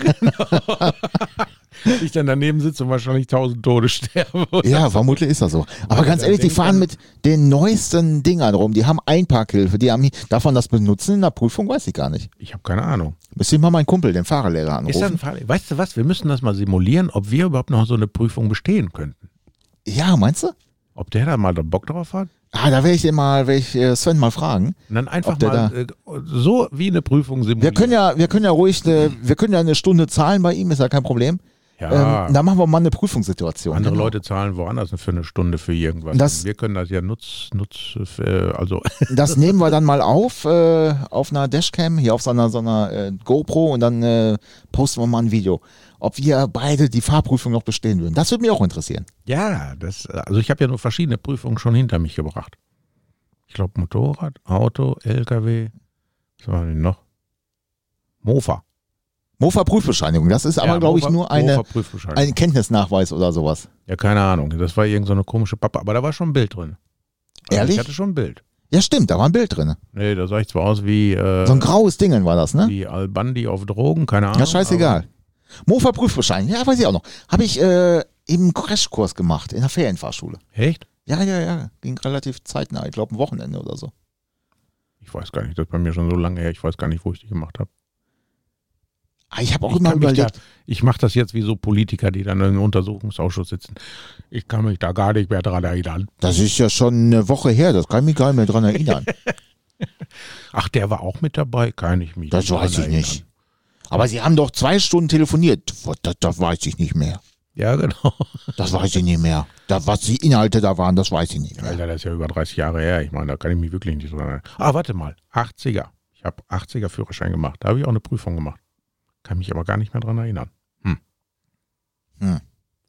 Ich dann daneben sitze und wahrscheinlich tausend Tode sterbe.
Ja, vermutlich ist das so. Aber ganz
dann
ehrlich, die
denkt
fahren
man-
mit den neuesten Dingern rum. Die haben Einparkhilfe. Die haben hi- davon das Benutzen in der Prüfung, weiß ich gar nicht.
Ich habe keine Ahnung.
Müsste ich mal meinen Kumpel, den Fahrerlehrer,
Ist das
anrufen.
ein Fall? Weißt du was? Wir müssen das mal simulieren, ob wir überhaupt noch so eine Prüfung bestehen könnten.
Ja, meinst du?
Ob der da mal da Bock drauf hat?
Ah, da werde ich den mal, werde ich äh, Sven mal fragen.
Und dann einfach
Ob der
mal äh, so wie eine Prüfung
Wir
simulieren.
können ja, wir können ja ruhig, eine, wir können ja eine Stunde zahlen bei ihm, ist ja kein Problem.
Ja,
Ähm, da machen wir mal eine Prüfungssituation.
andere
Genau.
Leute zahlen woanders für eine Stunde für irgendwas.
Das-
wir können das ja nutz, nutz, äh, also
Das nehmen wir dann mal auf, äh, auf einer Dashcam, hier auf so einer, so einer äh, GoPro und dann äh, posten wir mal ein Video. Ob wir beide die Fahrprüfung noch bestehen würden. Das würde mich auch interessieren.
Ja, das, äh, also ich habe ja nur verschiedene Prüfungen schon hinter mich gebracht. Ich glaube Motorrad, Auto, LKW, was war denn noch? Mofa.
Mofa-Prüfbescheinigung, das ist aber,
Ja,
glaube ich,
Mofa-
nur eine,
Mofa-Prüfbescheinigung. Also
ein Kenntnisnachweis oder sowas.
ja, keine Ahnung. Das war irgend so eine komische Pappe, aber da war schon ein Bild drin. Also
Ehrlich?
Ich hatte schon ein Bild.
Ja, stimmt, da war ein Bild drin.
Nee, da sah ich zwar aus wie, äh,
So ein graues Ding war das, ne?
wie Albandi auf Drogen, keine Ahnung.
Ja, scheißegal. Mofa-Prüfbescheinigung, ja, weiß ich auch noch. Habe ich äh, im Crashkurs gemacht, in der Ferienfahrschule.
Aber, echt?
Ja, ja, ja, ging relativ zeitnah, ich glaube, ein Wochenende oder so.
Ich weiß gar nicht, das ist bei mir schon so lange her. Ich weiß gar nicht, wo ich die gemacht habe.
Ah, ich habe auch
Ich
immer
kann mich
überlegt,
Da, ich mache das jetzt wie so Politiker, die dann im Untersuchungsausschuss sitzen. Ich kann mich da gar nicht mehr dran erinnern.
das ist ja schon eine Woche her, das kann ich mich gar nicht mehr dran erinnern.
Ach, der war auch mit dabei, kann ich mich.
Das
dran
weiß ich
erinnern.
nicht. Aber sie haben doch zwei Stunden telefoniert. Das, das weiß ich nicht mehr.
Ja, genau.
Das weiß ich nicht mehr. Da, was die Inhalte da waren, das weiß ich nicht mehr.
Alter, das ist ja über 30 Jahre her. Ich meine, da kann ich mich wirklich nicht so erinnern. Ah, warte mal. 80er. Ich habe 80er Führerschein gemacht. Da habe ich auch eine Prüfung gemacht. Kann mich aber gar nicht mehr dran erinnern. Hm.
Hm.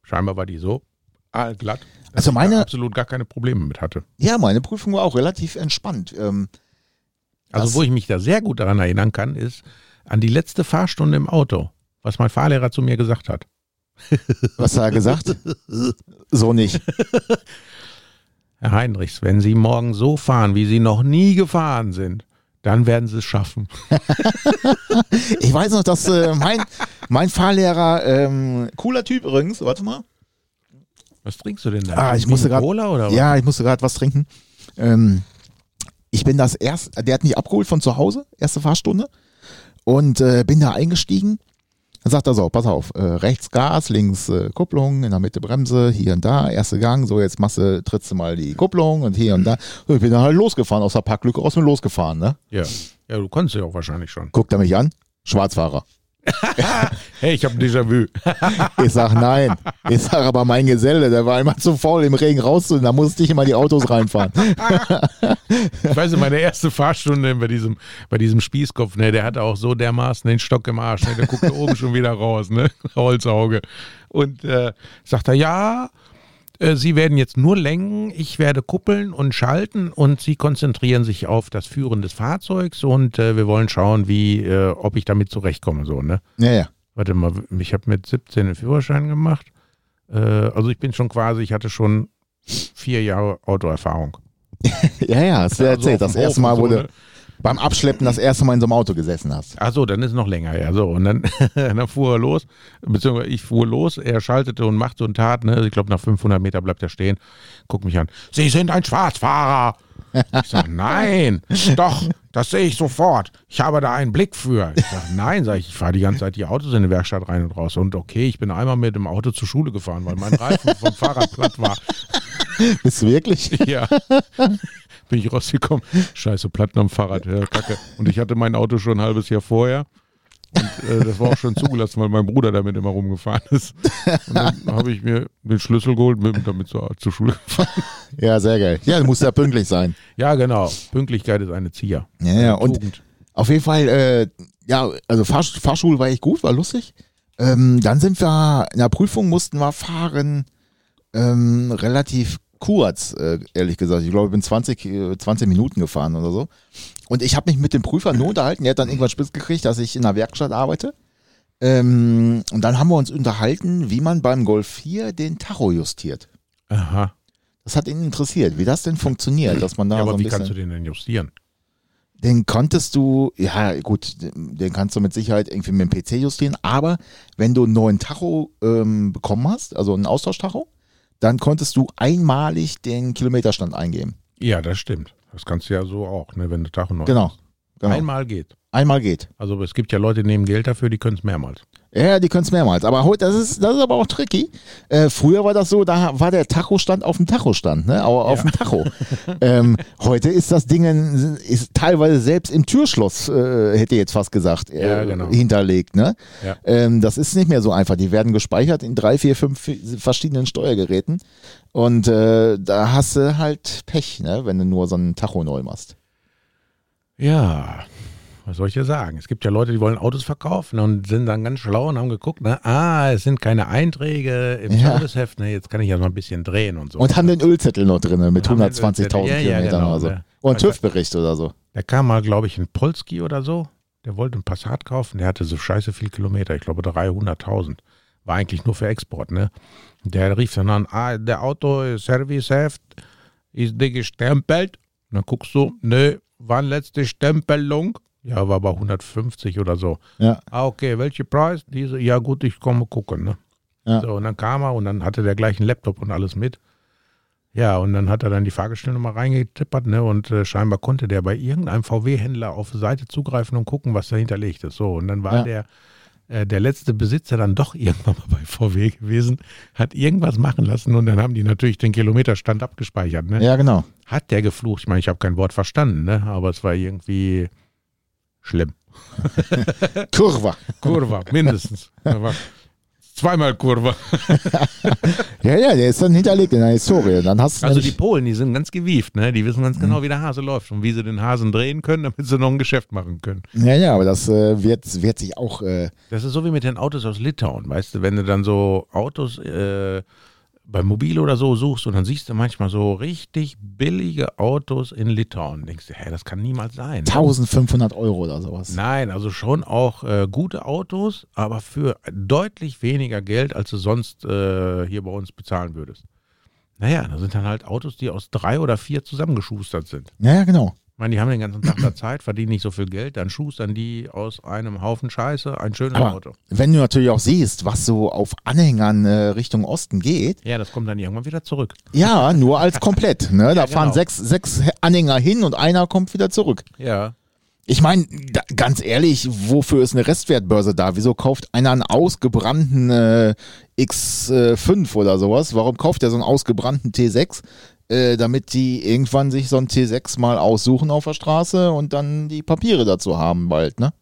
Scheinbar war die so allglatt, dass
Also
ich da
meine-
absolut gar keine Probleme mit hatte.
Ja, meine Prüfung war auch relativ entspannt. Ähm,
Also,
Das-
wo ich mich da sehr gut daran erinnern kann, ist an die letzte Fahrstunde im Auto, was mein Fahrlehrer zu mir gesagt hat.
was hat er gesagt? so nicht.
Herr Heinrichs, wenn Sie morgen so fahren, wie Sie noch nie gefahren sind, dann werden Sie es schaffen.
Ich weiß noch, dass äh, mein, mein Fahrlehrer, ähm, cooler Typ übrigens, warte mal.
Was trinkst du denn da?
Ah, ich
Irgendwie
musste
eine
grad-
Cola oder was?
Ja, ich musste gerade was trinken. Ähm, ich bin das erst, der hat mich abgeholt von zu Hause, erste Fahrstunde. Und äh, bin da eingestiegen. Dann sagt er so, pass auf, äh, rechts Gas, links äh, Kupplung, in der Mitte Bremse, hier und da, erste Gang, so jetzt machst du, trittst du mal die Kupplung und hier und da. So, ich bin dann halt losgefahren, aus der Parklücke raus und losgefahren, ne?
Ja. ja, du konntest ja auch wahrscheinlich schon.
Guckt er mich an, Schwarzfahrer.
Hey, ich habe Déjà-vu.
Ich sag nein. Ich sag aber mein Geselle, der war immer zu faul, im Regen rauszuholen, da musste ich immer die Autos reinfahren.
Ich weiß nicht, meine erste Fahrstunde bei diesem, bei diesem Spießkopf, ne, der hatte auch so dermaßen den Stock im Arsch, ne, der guckte oben schon wieder raus, ne, Holzauge. Und äh, sagt er, ja, äh, Sie werden jetzt nur lenken, ich werde kuppeln und schalten und Sie konzentrieren sich auf das Führen des Fahrzeugs und äh, wir wollen schauen, wie, äh, ob ich damit zurechtkomme, so, ne.
Ja, ja.
Warte mal, ich habe mit 17 den Führerschein gemacht. Äh, also ich bin schon quasi, ich hatte schon vier Jahre Autoerfahrung.
Ja, ja, hast du
Also
erzählt.
auf
Das
dem
erste
Hof
Mal
und so,
wurde
ne?
beim Abschleppen das erste Mal in so einem Auto gesessen hast.
Ach so, dann ist noch länger, ja. So, und dann, dann fuhr er los, beziehungsweise ich fuhr los, er schaltete und machte und tat, ne? Ich glaube, nach 500 Meter bleibt er stehen, guckt mich an. Sie sind ein Schwarzfahrer! Ich sage, nein, doch, das sehe ich sofort. Ich habe da einen Blick für. Ich sage, nein, sag ich, ich fahre die ganze Zeit die Autos in die Werkstatt rein und raus. Und okay, ich bin einmal mit dem Auto zur Schule gefahren, weil mein Reifen vom Fahrrad platt war.
Bist du wirklich?
Ja. Bin ich rausgekommen. Scheiße, Platten am Fahrrad. Ja, Kacke. Und ich hatte mein Auto schon ein halbes Jahr vorher. Und äh, das war auch schon zugelassen, weil mein Bruder damit immer rumgefahren ist. Und dann habe ich mir den Schlüssel geholt und bin damit zur, zur Schule gefahren.
Ja, sehr geil. Ja, du musst ja pünktlich sein.
Ja, genau. Pünktlichkeit ist eine Zier.
Ja, ja.
Eine
Und
Tugend.
auf jeden Fall, äh, ja, also Fahrsch Fahrschule war echt gut, war lustig. Ähm, dann sind wir, in der Prüfung mussten wir fahren ähm, relativ kurz, äh, ehrlich gesagt. Ich glaube, ich bin 20, äh, 20 Minuten gefahren oder so. Und ich habe mich mit dem Prüfer nur unterhalten. Er hat dann irgendwann spitz gekriegt, dass ich in der Werkstatt arbeite. Ähm, und dann haben wir uns unterhalten, wie man beim Golf 4 den Tacho justiert.
Aha.
Das hat ihn interessiert, wie das denn funktioniert, dass man da
Ja,
so
aber
ein
wie
bisschen.
kannst du den denn justieren?
Den konntest du, ja gut, den den kannst du mit Sicherheit irgendwie mit dem PC justieren, aber wenn du einen neuen Tacho ähm, bekommen hast, also einen Austauschtacho, dann konntest du einmalig den Kilometerstand eingeben.
Ja, das stimmt. Das kannst du ja so auch, ne, wenn der Tacho noch
Genau. genau. Einmal.
einmal geht.
geht.
Also es gibt ja Leute, die nehmen Geld dafür, die können es mehrmals.
Ja, Ja, die können es mehrmals. Aber heute, das ist, das ist aber auch tricky. Äh, früher war das so, da war der Tachostand auf dem Tachostand, ne? Au- Auf
Ja.
dem Tacho. ähm, heute ist das Ding ein- ist teilweise selbst im Türschloss, äh, hätte ich jetzt fast gesagt, äh,
Ja, genau.
hinterlegt, ne?
Ja.
Ähm, das ist nicht mehr so einfach. Die werden gespeichert in drei, vier, fünf verschiedenen Steuergeräten. Und äh, da hast du halt Pech, ne? Wenn du nur so einen Tacho neu machst.
Ja, was soll ich dir sagen? Es gibt ja Leute, die wollen Autos verkaufen und sind dann ganz schlau und haben geguckt, ne, ah, es sind keine Einträge im
Ja.
Serviceheft, ne, jetzt kann ich ja mal ein bisschen drehen und so.
Und haben den Ölzettel noch drin mit
Haben den
120.000
Ölzettel. Ja, ja,
Kilometern
genau,
oder so.
ne?
Und
Also-
TÜV-Bericht oder so.
da kam mal, glaube ich, ein Polski oder so, der wollte einen Passat kaufen, der hatte so scheiße viel Kilometer, ich glaube 300.000. War eigentlich nur für Export, ne? Der rief dann an, ah, der Auto Serviceheft ist die gestempelt. Und dann guckst du, nö, wann letzte Stempelung? Ja, war aber 150 oder so.
Ja.
Ah, okay, welche Preis? Diese, ja gut, ich komme gucken. Ne?
Ja.
So, und dann kam er und dann hatte der gleich einen Laptop und alles mit. Ja, und dann hat er dann die Fahrgestellnummer reingetippert, ne? Und äh, scheinbar konnte der bei irgendeinem VW-Händler auf Seite zugreifen und gucken, was da hinterlegt ist. So, und dann war
Ja.
der, äh, der letzte Besitzer dann doch irgendwann mal bei VW gewesen, hat irgendwas machen lassen und dann haben die natürlich den Kilometerstand abgespeichert, ne?
Ja, genau.
Hat der geflucht? Ich meine, ich habe kein Wort verstanden, ne? Aber es war irgendwie schlimm.
Kurva.
Kurva, mindestens. Da war Zweimal Kurve.
Ja, ja, der ist dann hinterlegt in der Historie. Dann hast du
Also die
nämlich-
Polen, die sind ganz gewieft, ne? Die wissen ganz genau, wie der Hase läuft und wie sie den Hasen drehen können, damit sie noch ein Geschäft machen können.
ja, ja, aber das äh, wird, wird sich auch. Äh,
Das ist so wie mit den Autos aus Litauen, weißt du, wenn du dann so Autos äh, bei Mobil oder so suchst und dann siehst du manchmal so richtig billige Autos in Litauen. Denkst du, hä, das kann niemals sein. ne?
1500 Euro oder sowas.
Nein, also schon auch äh, gute Autos, aber für deutlich weniger Geld, als du sonst äh, hier bei uns bezahlen würdest. Naja, da sind dann halt Autos, die aus drei oder vier zusammengeschustert sind.
Ja, ja, genau.
Ich meine, die haben den ganzen Tag da Zeit, verdienen nicht so viel Geld, dann schustern die aus einem Haufen Scheiße ein schönes
Aber
Auto.
wenn du natürlich auch siehst, was so auf Anhängern äh, Richtung Osten geht,
Ja, das kommt dann irgendwann wieder zurück.
ja, nur als komplett. Ne? Da
Ja,
fahren
genau.
sechs, sechs Anhänger hin und einer kommt wieder zurück.
Ja.
Ich meine, da- ganz ehrlich, wofür ist eine Restwertbörse da? Wieso kauft einer einen ausgebrannten äh, X5 oder sowas? Warum kauft er so einen ausgebrannten T6? Äh, damit die irgendwann sich so einen T6 mal aussuchen auf der Straße und dann die Papiere dazu haben bald, ne?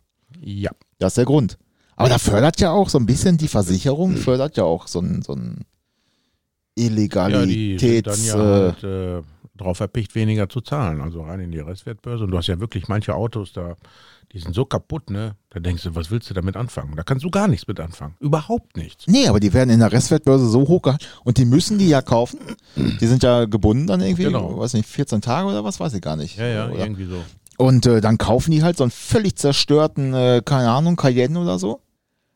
Ja.
Das ist der Grund. Aber da fördert ja auch so ein bisschen die Versicherung, fördert ja auch so ein, so ein
Ja, die sind dann
Illegalitäts...
ja
äh,
halt, äh, drauf verpicht, weniger zu zahlen. Also rein in die Restwertbörse. Und du hast ja wirklich manche Autos da, die sind so kaputt, ne? Da denkst du, was willst du damit anfangen? Da kannst du gar nichts mit anfangen. Überhaupt nichts.
Nee, aber die werden in der Restwertbörse so hoch gehalten. Und die müssen die ja kaufen. Die sind ja gebunden dann irgendwie,
Genau.
weiß nicht, 14 Tage oder was, weiß ich gar nicht.
Ja, ja,
oder?
irgendwie so.
Und äh, dann kaufen die halt so einen völlig zerstörten, äh, keine Ahnung, Cayenne oder so,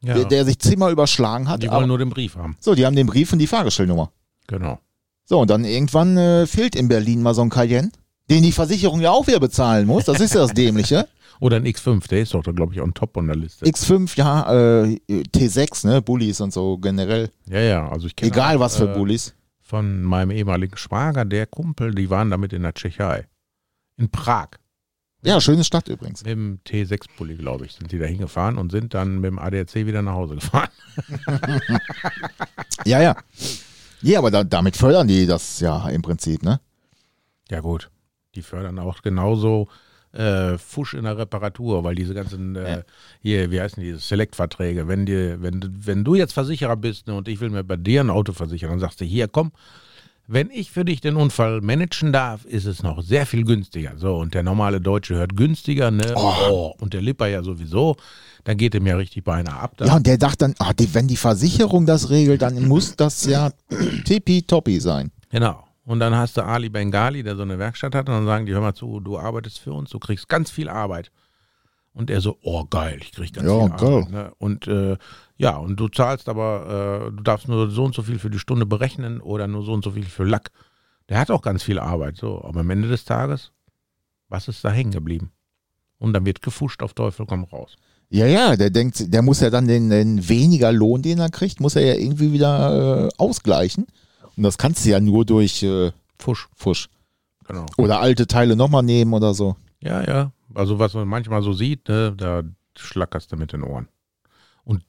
Ja.
der, der sich zehnmal überschlagen hat.
die
aber-
wollen nur den Brief haben.
so, die haben den Brief und die Fahrgestellnummer.
Genau.
So, und dann irgendwann äh, fehlt in Berlin mal so ein Cayenne, den die Versicherung ja auch wieder bezahlen muss. Das ist ja das Dämliche.
Oder ein X5, der ist doch, glaube ich, on top on der Liste.
X5, ja, äh, T6, ne, Bullis und so generell.
ja, ja, also ich kenne
Egal
auch,
was für
äh,
Bullis.
Von meinem ehemaligen Schwager, der Kumpel, die waren damit in der Tschechei. In Prag.
Ja, schöne Stadt übrigens.
Mit dem T6-Pulli, glaube ich, sind die da hingefahren und sind dann mit dem ADAC wieder nach Hause gefahren.
Ja, ja. Ja, aber da, damit fördern die das ja im Prinzip, ne?
Ja, gut. Die fördern auch genauso äh, Fusch in der Reparatur, weil diese ganzen, äh, hier, wie heißen die, Select-Verträge, wenn, dir- wenn, du- wenn du jetzt Versicherer bist ne, und ich will mir bei dir ein Auto versichern, dann sagst du, hier, komm, wenn ich für dich den Unfall managen darf, ist es noch sehr viel günstiger. So, und der normale Deutsche hört günstiger, ne? Oh. Und der Lipper ja sowieso, dann geht dem ja richtig beinahe ab. Da.
Ja, und der dachte dann, ah, die, wenn die Versicherung das regelt, dann muss das ja tippitoppi sein.
Genau. Und dann hast du Ali Bengali, der so eine Werkstatt hat, und dann sagen die, hör mal zu, du arbeitest für uns, du kriegst ganz viel Arbeit. Und er so, oh geil, ich krieg ganz
Ja,
viel
geil.
Arbeit. Ne? Und äh, ja, und du zahlst aber, äh, du darfst nur so und so viel für die Stunde berechnen oder nur so und so viel für Lack. Der hat auch ganz viel Arbeit, so. Aber am Ende des Tages, was ist da hängen geblieben? Und dann wird gefuscht auf Teufel komm raus.
Ja, ja, der denkt, der muss ja dann den, den weniger Lohn, den er kriegt, muss er ja irgendwie wieder äh, ausgleichen. Und das kannst du ja nur durch äh,
Fusch,
Fusch.
genau.
Oder alte Teile nochmal nehmen oder so.
Ja, ja. Also was man manchmal so sieht, ne, da schlackerst du mit den Ohren. Und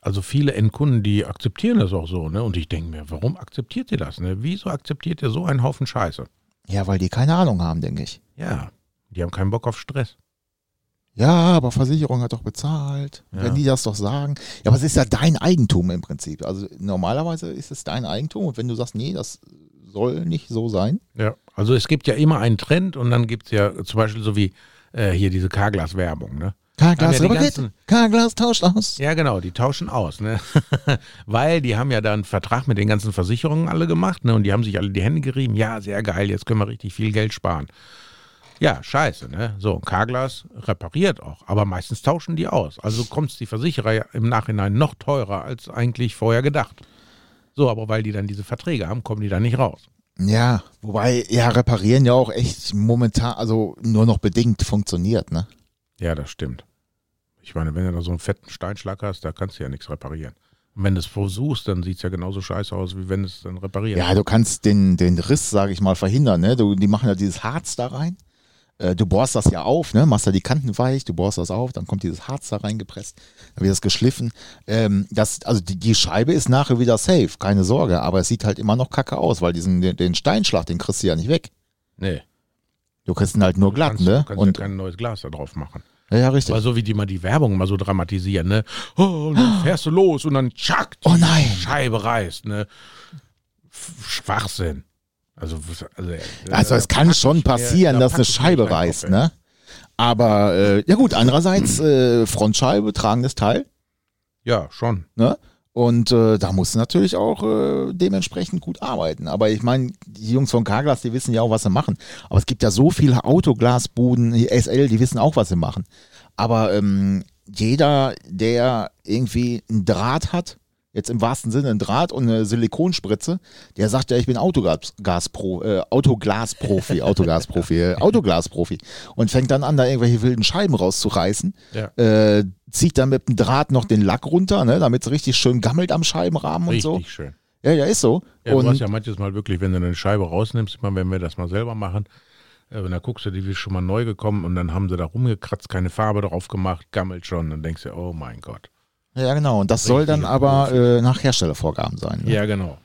also viele Endkunden, die akzeptieren das auch so, ne? Und ich denke mir, warum akzeptiert ihr das? Ne? Wieso akzeptiert ihr so einen Haufen Scheiße?
Ja, weil die keine Ahnung haben, denke ich.
Ja, die haben keinen Bock auf Stress.
Ja, aber Versicherung hat doch bezahlt.
Ja.
Wenn die das doch sagen. Ja, aber es ist ja dein Eigentum im Prinzip. Also normalerweise ist es dein Eigentum und wenn du sagst, nee, das soll nicht so sein.
Ja. Also es gibt ja immer einen Trend und dann gibt es ja zum Beispiel so wie äh, hier diese Carglass-Werbung, ne?
K-Glas
Haben ja die
repariert,
ganzen-
K-Glas tauscht aus.
Ja, genau, die tauschen aus, ne? Weil die haben ja da einen Vertrag mit den ganzen Versicherungen alle gemacht, ne? Und die haben sich alle die Hände gerieben. Ja, sehr geil, jetzt können wir richtig viel Geld sparen. Ja, scheiße, ne? So, Carglass repariert auch, aber meistens tauschen die aus. Also kommst die Versicherer ja im Nachhinein noch teurer als eigentlich vorher gedacht. So, aber weil die dann diese Verträge haben, kommen die da nicht raus.
Ja, wobei ja reparieren ja auch echt momentan, also nur noch bedingt funktioniert, ne?
Ja, das stimmt. Ich meine, wenn du da so einen fetten Steinschlag hast, da kannst du ja nichts reparieren. Und wenn du es versuchst, dann sieht es ja genauso scheiße aus, wie wenn du es dann reparierst.
Ja, du kannst den, den Riss, sage ich mal, verhindern. Ne? Du, die machen ja dieses Harz da rein. Äh, Du bohrst das ja auf, ne? machst da die Kanten weich, du bohrst das auf, dann kommt dieses Harz da reingepresst, dann wird das geschliffen. Ähm, das, also die, die Scheibe ist nachher wieder safe, keine Sorge, aber es sieht halt immer noch kacke aus, weil diesen, den, den Steinschlag, den kriegst du ja nicht weg.
Nee.
Du kriegst ihn halt nur glatt,
kannst,
ne?
kannst
Und
ja kein neues Glas da drauf machen.
Ja, ja, richtig.
Weil so wie die mal die Werbung mal so dramatisieren, ne? Oh, und dann fährst du los und dann tschack, die
Oh nein.
Scheibe reißt, ne? F- Schwachsinn. Also, was- also, äh,
Also es kann schon passieren,
da
dass eine
packst du mir
Scheibe
nicht rein,
reißt,
Kopf, ey.
ne? Aber äh, ja gut, andererseits äh, Frontscheibe, tragendes Teil,
Ja, schon.
ne? Und äh, da musst du natürlich auch äh, dementsprechend gut arbeiten. Aber ich meine, die Jungs von Carglass, die wissen ja auch, was sie machen. Aber es gibt ja so viele Autoglasbuden, die SL, die wissen auch, was sie machen. Aber ähm, jeder, der irgendwie einen Draht hat, jetzt im wahrsten Sinne einen Draht und eine Silikonspritze, der sagt ja, ich bin Autogas, Gaspro, äh, Autoglasprofi, Autogasprofi, äh, Autoglasprofi und fängt dann an, da irgendwelche wilden Scheiben rauszureißen,
Ja.
äh, zieht dann mit dem Draht noch den Lack runter, ne, damit es richtig schön gammelt am Scheibenrahmen
Richtig
und so.
schön.
Ja, ja, ist so.
Ja,
und
du hast ja manches Mal wirklich, wenn du eine Scheibe rausnimmst, ich meine, wenn wir das mal selber machen, äh, und dann guckst du, die ist schon mal neu gekommen und dann haben sie da rumgekratzt, keine Farbe drauf gemacht, gammelt schon, dann denkst du, oh mein Gott.
ja, genau. Und das soll dann
Richtige
aber äh, nach Herstellervorgaben sein. Ne?
Ja, genau.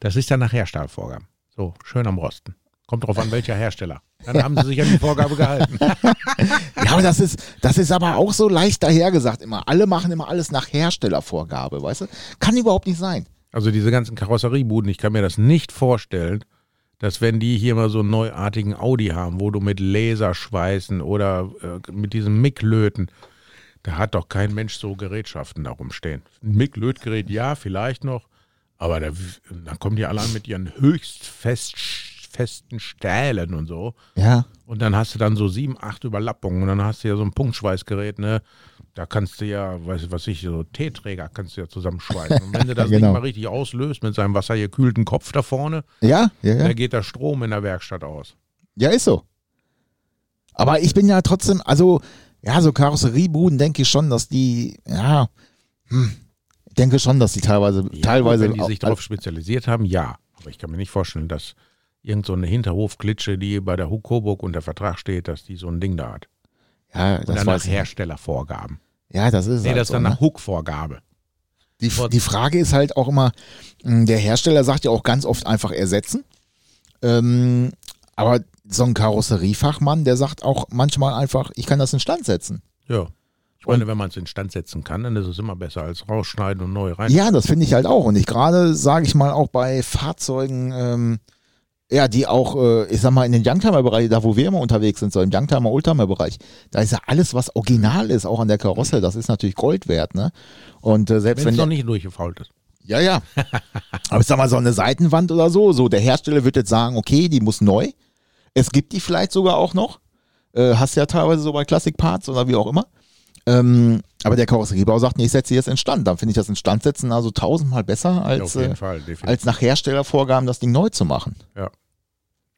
Das ist dann nach Herstellervorgaben. So, schön am Rosten. Kommt drauf an, welcher Hersteller. Dann haben sie sich an die Vorgabe gehalten.
Ja, aber das ist, das ist aber auch so leicht dahergesagt immer. Alle machen immer alles nach Herstellervorgabe, weißt du? Kann überhaupt nicht sein.
Also diese ganzen Karosseriebuden, ich kann mir das nicht vorstellen, dass wenn die hier mal so einen neuartigen Audi haben, wo du mit Laserschweißen oder äh, mit diesem Mick löten, da hat doch kein Mensch so Gerätschaften darum stehen. Ein Mick-Lötgerät, ja, vielleicht noch, aber da, dann kommen die alle an mit ihren höchst fest, festen Stählen und so.
Ja.
Und dann hast du dann so sieben, acht Überlappungen und dann hast du ja so ein Punktschweißgerät, ne? Da kannst du ja, weiß ich, was ich, so Teeträger kannst du ja zusammenschweißen. Und wenn du das
Genau.
Ding mal richtig auslöst mit seinem wassergekühlten Kopf da vorne,
Ja, ja, ja.
da geht der Strom in der Werkstatt aus.
Ja, ist so. Aber ich bin ja trotzdem, also, ja, so Karosseriebuden denke ich schon, dass die, ja, hm, ich denke schon, dass die teilweise, teilweise,
Wenn die sich
auch-
darauf spezialisiert haben, ja. Aber ich kann mir nicht vorstellen, dass irgend so eine Hinterhofklitsche, die bei der Huck Coburg unter Vertrag steht, dass die so ein Ding da hat.
ja,
Und
das
dann nach
weiß ich.
Herstellervorgaben.
Ja, das ist
Nee,
halt
das ist
so,
dann
ne?
nach Huck-Vorgabe.
Die, die Frage ist halt auch immer, mh, der Hersteller sagt ja auch ganz oft einfach ersetzen. Ähm, aber so ein Karosseriefachmann, der sagt auch manchmal einfach, ich kann das instand setzen.
Ja. Ich meine, wenn man es instand setzen kann, dann ist es immer besser als rausschneiden und neu rein.
Ja, das finde ich halt auch. Und ich gerade, sage ich mal, auch bei Fahrzeugen, ähm, ja, die auch, äh, ich sag mal, in den Youngtimer-Bereich, da wo wir immer unterwegs sind, so im Youngtimer, Oldtimer-Bereich, da ist ja alles, was original ist, auch an der Karosse, das ist natürlich Gold wert, ne? Und äh, selbst
Wenn
wenn,
es noch
der-
nicht durchgefault ist.
Ja, ja. Aber ich sag mal, so eine Seitenwand oder so, so der Hersteller wird jetzt sagen, okay, die muss neu. Es gibt die vielleicht sogar auch noch. Äh, hast ja teilweise so bei Classic Parts oder wie auch immer. Ähm, aber der Karosseriebau sagt, nee, ich setze die jetzt instand. Dann finde ich das Instandsetzen also tausendmal besser,
Ja, auf
als,
jeden
äh,
Fall, definitiv.
als nach Herstellervorgaben das Ding neu zu machen.
du hast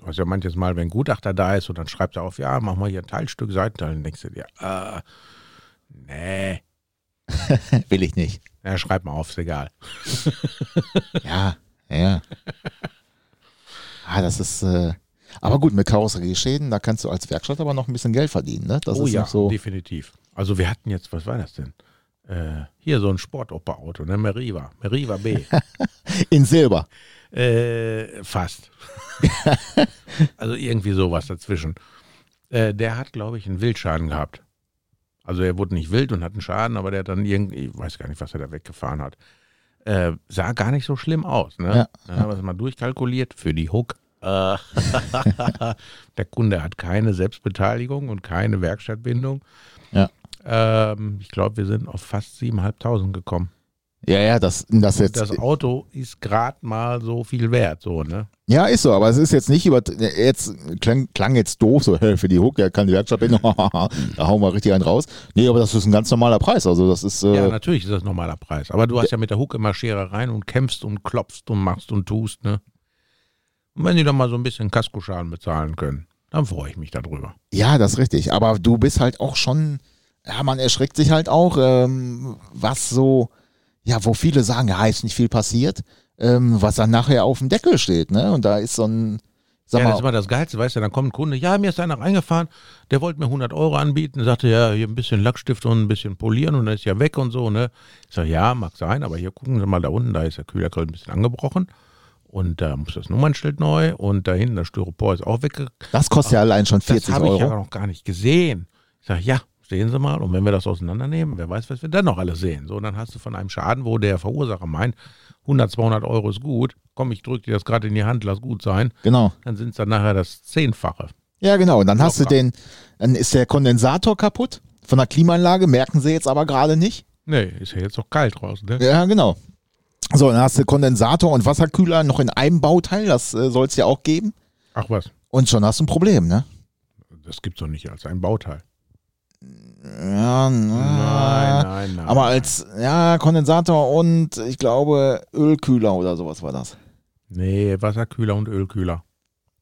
ja Also manches Mal, wenn ein Gutachter da ist und dann schreibt er auf, ja, mach mal hier ein Teilstück, Seitenteil, dann denkst du dir, äh, nee,
Will ich nicht.
ja, schreib mal auf, ist egal.
Ja, ja. Ah, das ist. Äh, aber gut, mit Karosserieschäden, da kannst du als Werkstatt aber noch ein bisschen Geld verdienen, ne? Das
oh
ist
ja,
noch so.
definitiv. Also wir hatten jetzt, was war das denn? Äh, hier so ein Sportopperauto, ne, Meriva, Meriva B.
In Silber.
Äh, fast. also irgendwie sowas dazwischen. Äh, der hat, glaube ich, einen Wildschaden gehabt. Also er wurde nicht wild und hat einen Schaden, aber der hat dann irgendwie, ich weiß gar nicht, was er da weggefahren hat. Äh, sah gar nicht so schlimm aus, ne? Dann haben wir es mal durchkalkuliert für die Hook. Äh, der Kunde hat keine Selbstbeteiligung und keine Werkstattbindung.
Ja.
Ähm, ich glaube, wir sind auf fast 7.500 gekommen.
Ja, ja, das, das jetzt.
Das Auto ist gerade mal so viel wert, so, ne?
ja, ist so, aber es ist jetzt nicht über. Jetzt klang, klang jetzt doof, so hä, für die Hook, ja, kann die Werkstatt bin. da hauen wir richtig einen raus. Nee, aber das ist ein ganz normaler Preis. Also, das ist. Äh,
Ja, natürlich ist das ein normaler Preis. Aber du hast ja mit der Hucke immer Schere rein und kämpfst und klopfst und machst und tust, ne? Und wenn die dann mal so ein bisschen Kaskoschaden bezahlen können, dann freue ich mich darüber.
ja, das ist richtig. Aber du bist halt auch schon. Ja, man erschreckt sich halt auch, ähm, was so. Ja, wo viele sagen, ja, ist nicht viel passiert, ähm, was dann nachher auf dem Deckel steht, ne? Und da ist so ein. Sag
ja, das ist
mal,
immer das Geilste, weißt du, dann kommt ein Kunde, ja, mir ist einer reingefahren, der wollte mir 100 Euro anbieten, sagte, ja, hier ein bisschen Lackstift und ein bisschen polieren und dann ist ja weg und so, ne. Ich sage, ja, mag sein, aber hier gucken Sie mal da unten, da ist der Kühlergrill ein bisschen angebrochen und da muss das Nummernschild neu und da hinten das Styropor ist auch wegge
das kostet ja allein schon 40
das habe
Euro.
ich ja noch gar nicht gesehen. Ich sage, ja, Sehen Sie mal, und wenn wir das auseinandernehmen, wer weiß, was wir dann noch alles sehen. So, dann hast du von einem Schaden, wo der Verursacher meint, 100, 200 Euro ist gut, komm, ich drücke dir das gerade in die Hand, lass gut sein,
Genau.
dann sind es dann nachher das Zehnfache.
Ja, genau. Und dann hast du
Locker.
den, dann ist der Kondensator kaputt von der Klimaanlage, merken sie jetzt aber gerade nicht.
Nee, ist ja jetzt doch kalt draußen, ne?
Ja, genau. So, dann hast du Kondensator und Wasserkühler noch in einem Bauteil, das äh, soll es ja auch geben.
Ach was,
Und schon hast du ein Problem, ne?
das gibt's doch nicht als ein Bauteil.
Ja, na,
Nein, nein, nein.
Ah. Aber als, ja, Kondensator und ich glaube Ölkühler oder sowas war das.
Nee, Wasserkühler und Ölkühler.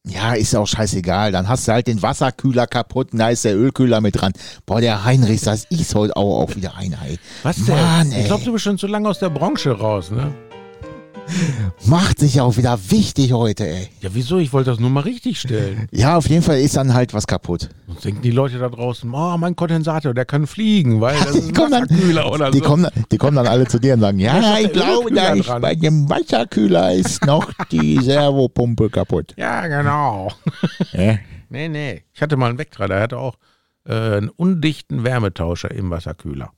Ja, ist ja auch scheißegal. Dann hast du halt den Wasserkühler kaputt und da ist der Ölkühler mit dran. Boah, der Heinrich, das ist heute auch, auch wieder ein Ei.
Was
denn? Mann, ey.
ich glaube, du bist schon zu lange aus der Branche raus, ne?
Macht sich auch wieder wichtig heute, ey.
Ja, wieso? Ich wollte das nur mal richtig stellen.
Ja, auf jeden Fall ist dann halt was kaputt.
Sonst denken die Leute da draußen, oh, mein Kondensator, der kann fliegen, weil das ist
Die
ein
kommen dann-
Wasserkühler oder
Die
so.
kommen, dann- die kommen dann alle zu dir und sagen, ja,
Da ist
ich
der
glaube,
Ölkühler
da ist
dran.
bei dem Wasserkühler ist noch die Servopumpe kaputt.
Ja, genau.
Hä?
Nee, nee. Ich hatte mal einen Vectra, der hatte auch äh, einen undichten Wärmetauscher im Wasserkühler.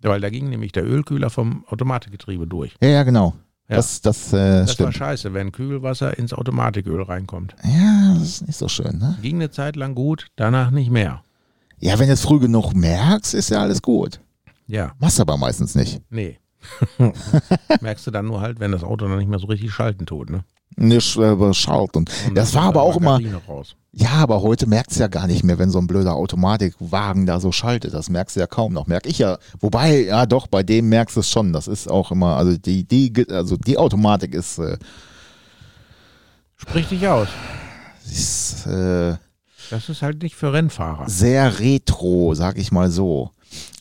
Weil da ging nämlich der Ölkühler vom Automatikgetriebe durch.
Ja, ja, genau.
Ja.
Das, das, äh,
Das war
stimmt.
scheiße, wenn Kühlwasser ins Automatiköl reinkommt.
Ja, das ist nicht so schön, ne?
Ging eine Zeit lang gut, danach nicht mehr.
Ja, wenn du es früh genug merkst, ist ja alles gut.
Ja,
Machst aber meistens nicht.
nee. Merkst du dann nur halt, wenn das Auto noch nicht mehr so richtig schalten tut, ne?
Nicht äh, beschaut. Und
Und
das
dann
war
kommt
aber
da
auch immer,
Margarine Raus.
ja, aber heute merkst du ja gar nicht mehr, wenn so ein blöder Automatikwagen da so schaltet. Das merkst du ja kaum noch. Merk ich ja. Wobei, ja doch, bei dem merkst du es schon. Das ist auch immer, also die, die, ge- also die Automatik ist, äh,
Sprich dich aus.
ist äh,
Das ist halt nicht für Rennfahrer.
sehr retro, sag ich mal so.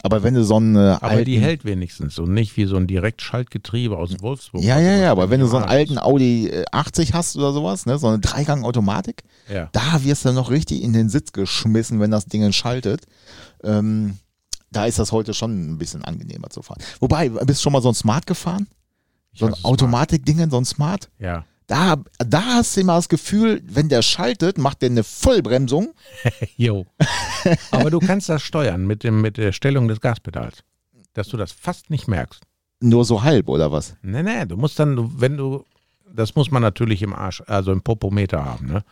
Aber wenn du so einen äh,
Aber die
alten,
hält wenigstens und nicht wie so ein Direktschaltgetriebe aus Wolfsburg.
ja, ja, ja, aber wenn du so einen
Ah,
alten Audi äh, 80 hast oder sowas, ne, so eine Dreigang-Automatik,
Ja.
da wirst du noch richtig in den Sitz geschmissen, wenn das Ding schaltet. Ähm, da ist das heute schon ein bisschen angenehmer zu fahren. Wobei, bist du schon mal so ein Smart gefahren?
Ich
So ein
hasse es mal.
Automatikdingen, so ein Smart?
Ja.
Da, da hast du immer das Gefühl, wenn der schaltet, macht der eine Vollbremsung.
Jo. aber du kannst das steuern mit, dem, mit der Stellung des Gaspedals. Dass du das fast nicht merkst.
Nur so halb oder was?
Nee, nee, du musst dann, du- wenn du, das muss man natürlich im Arsch, also im Popometer haben, ne?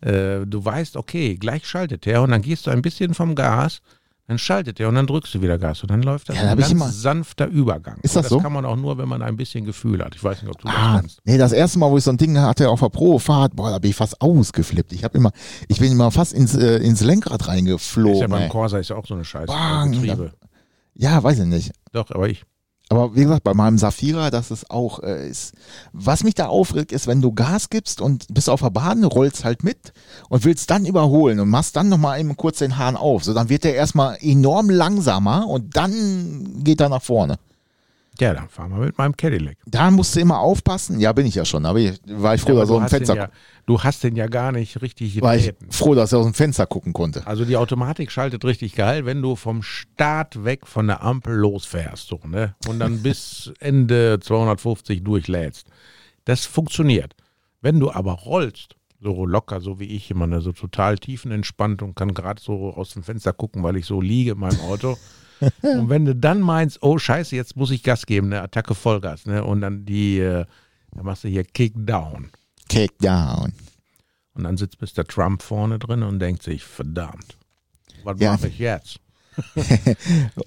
Äh, du weißt, okay, gleich schaltet er und dann gehst du ein bisschen vom Gas, dann schaltet er und dann drückst du wieder Gas und dann läuft das
Ja, da
ein
hab ich
ganz
immer-
sanfter Übergang.
Ist
Und
das so?
Das kann man auch nur, wenn man ein bisschen Gefühl hat. Ich weiß nicht, ob du das
Ah,
kannst.
nee, das erste Mal, wo ich so ein Ding hatte auf der Probefahrt, boah, da bin ich fast ausgeflippt. Ich hab immer, ich bin immer fast ins, äh, ins Lenkrad
Ist ja
reingeflogen.
beim
ey.
Corsa ist ja auch so eine Scheiße.
Bang,
Getriebe.
ja, weiß ich nicht.
Doch, aber ich.
Aber wie gesagt, bei meinem Safira, das ist auch, äh, ist, was mich da aufregt, ist, wenn du Gas gibst und bist auf der Bahn, rollst halt mit und willst dann überholen und machst dann nochmal eben kurz den Hahn auf. So, dann wird der erstmal enorm langsamer und dann geht er nach vorne.
Ja, dann fahren wir mit meinem Cadillac.
Da musst du immer aufpassen. Ja, bin ich ja schon. Aber ich, war ich froh,
aber
dass ich
du,
aus dem
hast den
Fenster,
ja, du hast den ja gar nicht richtig
war ich
getreten.
froh, dass ich aus dem Fenster gucken konnte.
Also die Automatik schaltet richtig geil, wenn du vom Start weg von der Ampel losfährst so, ne? und dann bis Ende 250 durchlädst. Das funktioniert. Wenn du aber rollst, so locker, so wie ich immer, ne? so total tiefenentspannt und kann gerade so aus dem Fenster gucken, weil ich so liege in meinem Auto. und wenn du dann meinst, oh scheiße, jetzt muss ich Gas geben, ne? Attacke Vollgas, ne? und dann die, äh, dann machst du hier Kickdown.
Cake down.
Und dann sitzt Mr. Trump vorne drin und denkt sich, verdammt, was
Ja.
mache ich jetzt?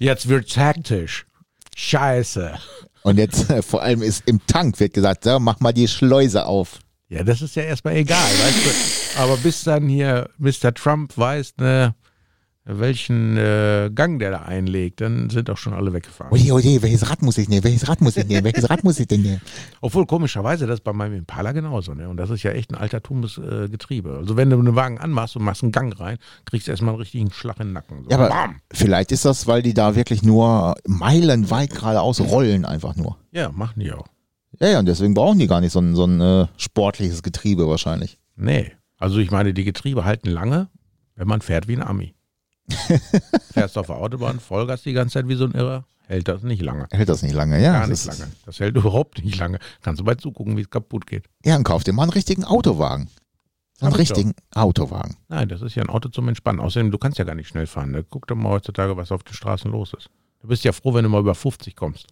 jetzt wird's hektisch. Scheiße.
Und jetzt äh, vor allem ist im Tank wird gesagt, ja, mach mal die Schleuse auf.
Ja, das ist ja erstmal egal, weißt du. Aber bis dann hier Mr. Trump weiß, ne, welchen äh, Gang der da einlegt, dann sind auch schon alle weggefahren.
Oje, oje, welches Rad muss ich nehmen? Welches Rad muss ich nehmen? Welches Rad muss ich denn nehmen?
Obwohl komischerweise das ist bei meinem Impala genauso, ne? Und das ist ja echt ein altertumes äh, Getriebe. Also wenn du einen Wagen anmachst und machst einen Gang rein, kriegst du erstmal einen richtigen Schlag in den Nacken. So.
Ja, aber
Bam!
vielleicht ist das, weil die da wirklich nur meilenweit geradeaus rollen, einfach nur.
ja machen die auch.
Ja, ja, und deswegen brauchen die gar nicht so ein, so ein äh, sportliches Getriebe wahrscheinlich.
Nee. Also ich meine, die Getriebe halten lange, wenn man fährt wie ein Ami. Fährst auf der Autobahn, Vollgas die ganze Zeit wie so ein Irrer, hält das nicht lange.
Hält das nicht lange, ja.
Gar
das
nicht
ist-
lange. Das hält überhaupt nicht lange. Kannst du bei zugucken, wie es kaputt geht.
Ja, und kauf dir mal einen richtigen Autowagen. So einen
Hab ich doch.
richtigen Autowagen.
Nein, das ist ja ein Auto zum Entspannen. Außerdem, du kannst ja gar nicht schnell fahren. Ne? Guck doch mal heutzutage, was auf den Straßen los ist. Du bist ja froh, wenn du mal über 50 kommst.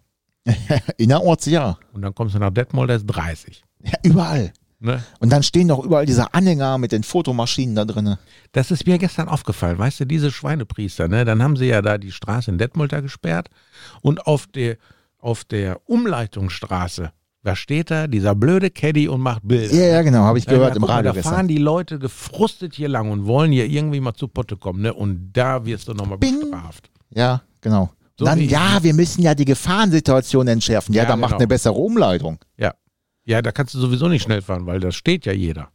Innerorts ja.
Und dann kommst du nach Detmold, da ist 30.
Ja, überall.
Ne?
Und dann stehen doch überall diese Anhänger mit den Fotomaschinen da drinne.
Das ist mir gestern aufgefallen, weißt du, diese Schweinepriester, ne? Dann haben sie ja da die Straße in Detmold da gesperrt und auf der, auf der Umleitungsstraße, da steht da dieser blöde Caddy und macht Bilder.
Ja, ja, genau, habe ich
Ja,
gehört
na,
im
guck mal,
Radio
Da
gestern.
fahren die Leute gefrustet hier lang und wollen hier irgendwie mal zu Potte kommen, ne? Und da wirst du nochmal
Bing.
bestraft.
Ja, genau.
So
dann,
wie ich.
ja, wir müssen ja die Gefahrensituation entschärfen. Ja,
Ja,
dann macht
genau.
eine bessere Umleitung.
Ja. Ja, da kannst du sowieso nicht schnell fahren, weil da steht ja jeder.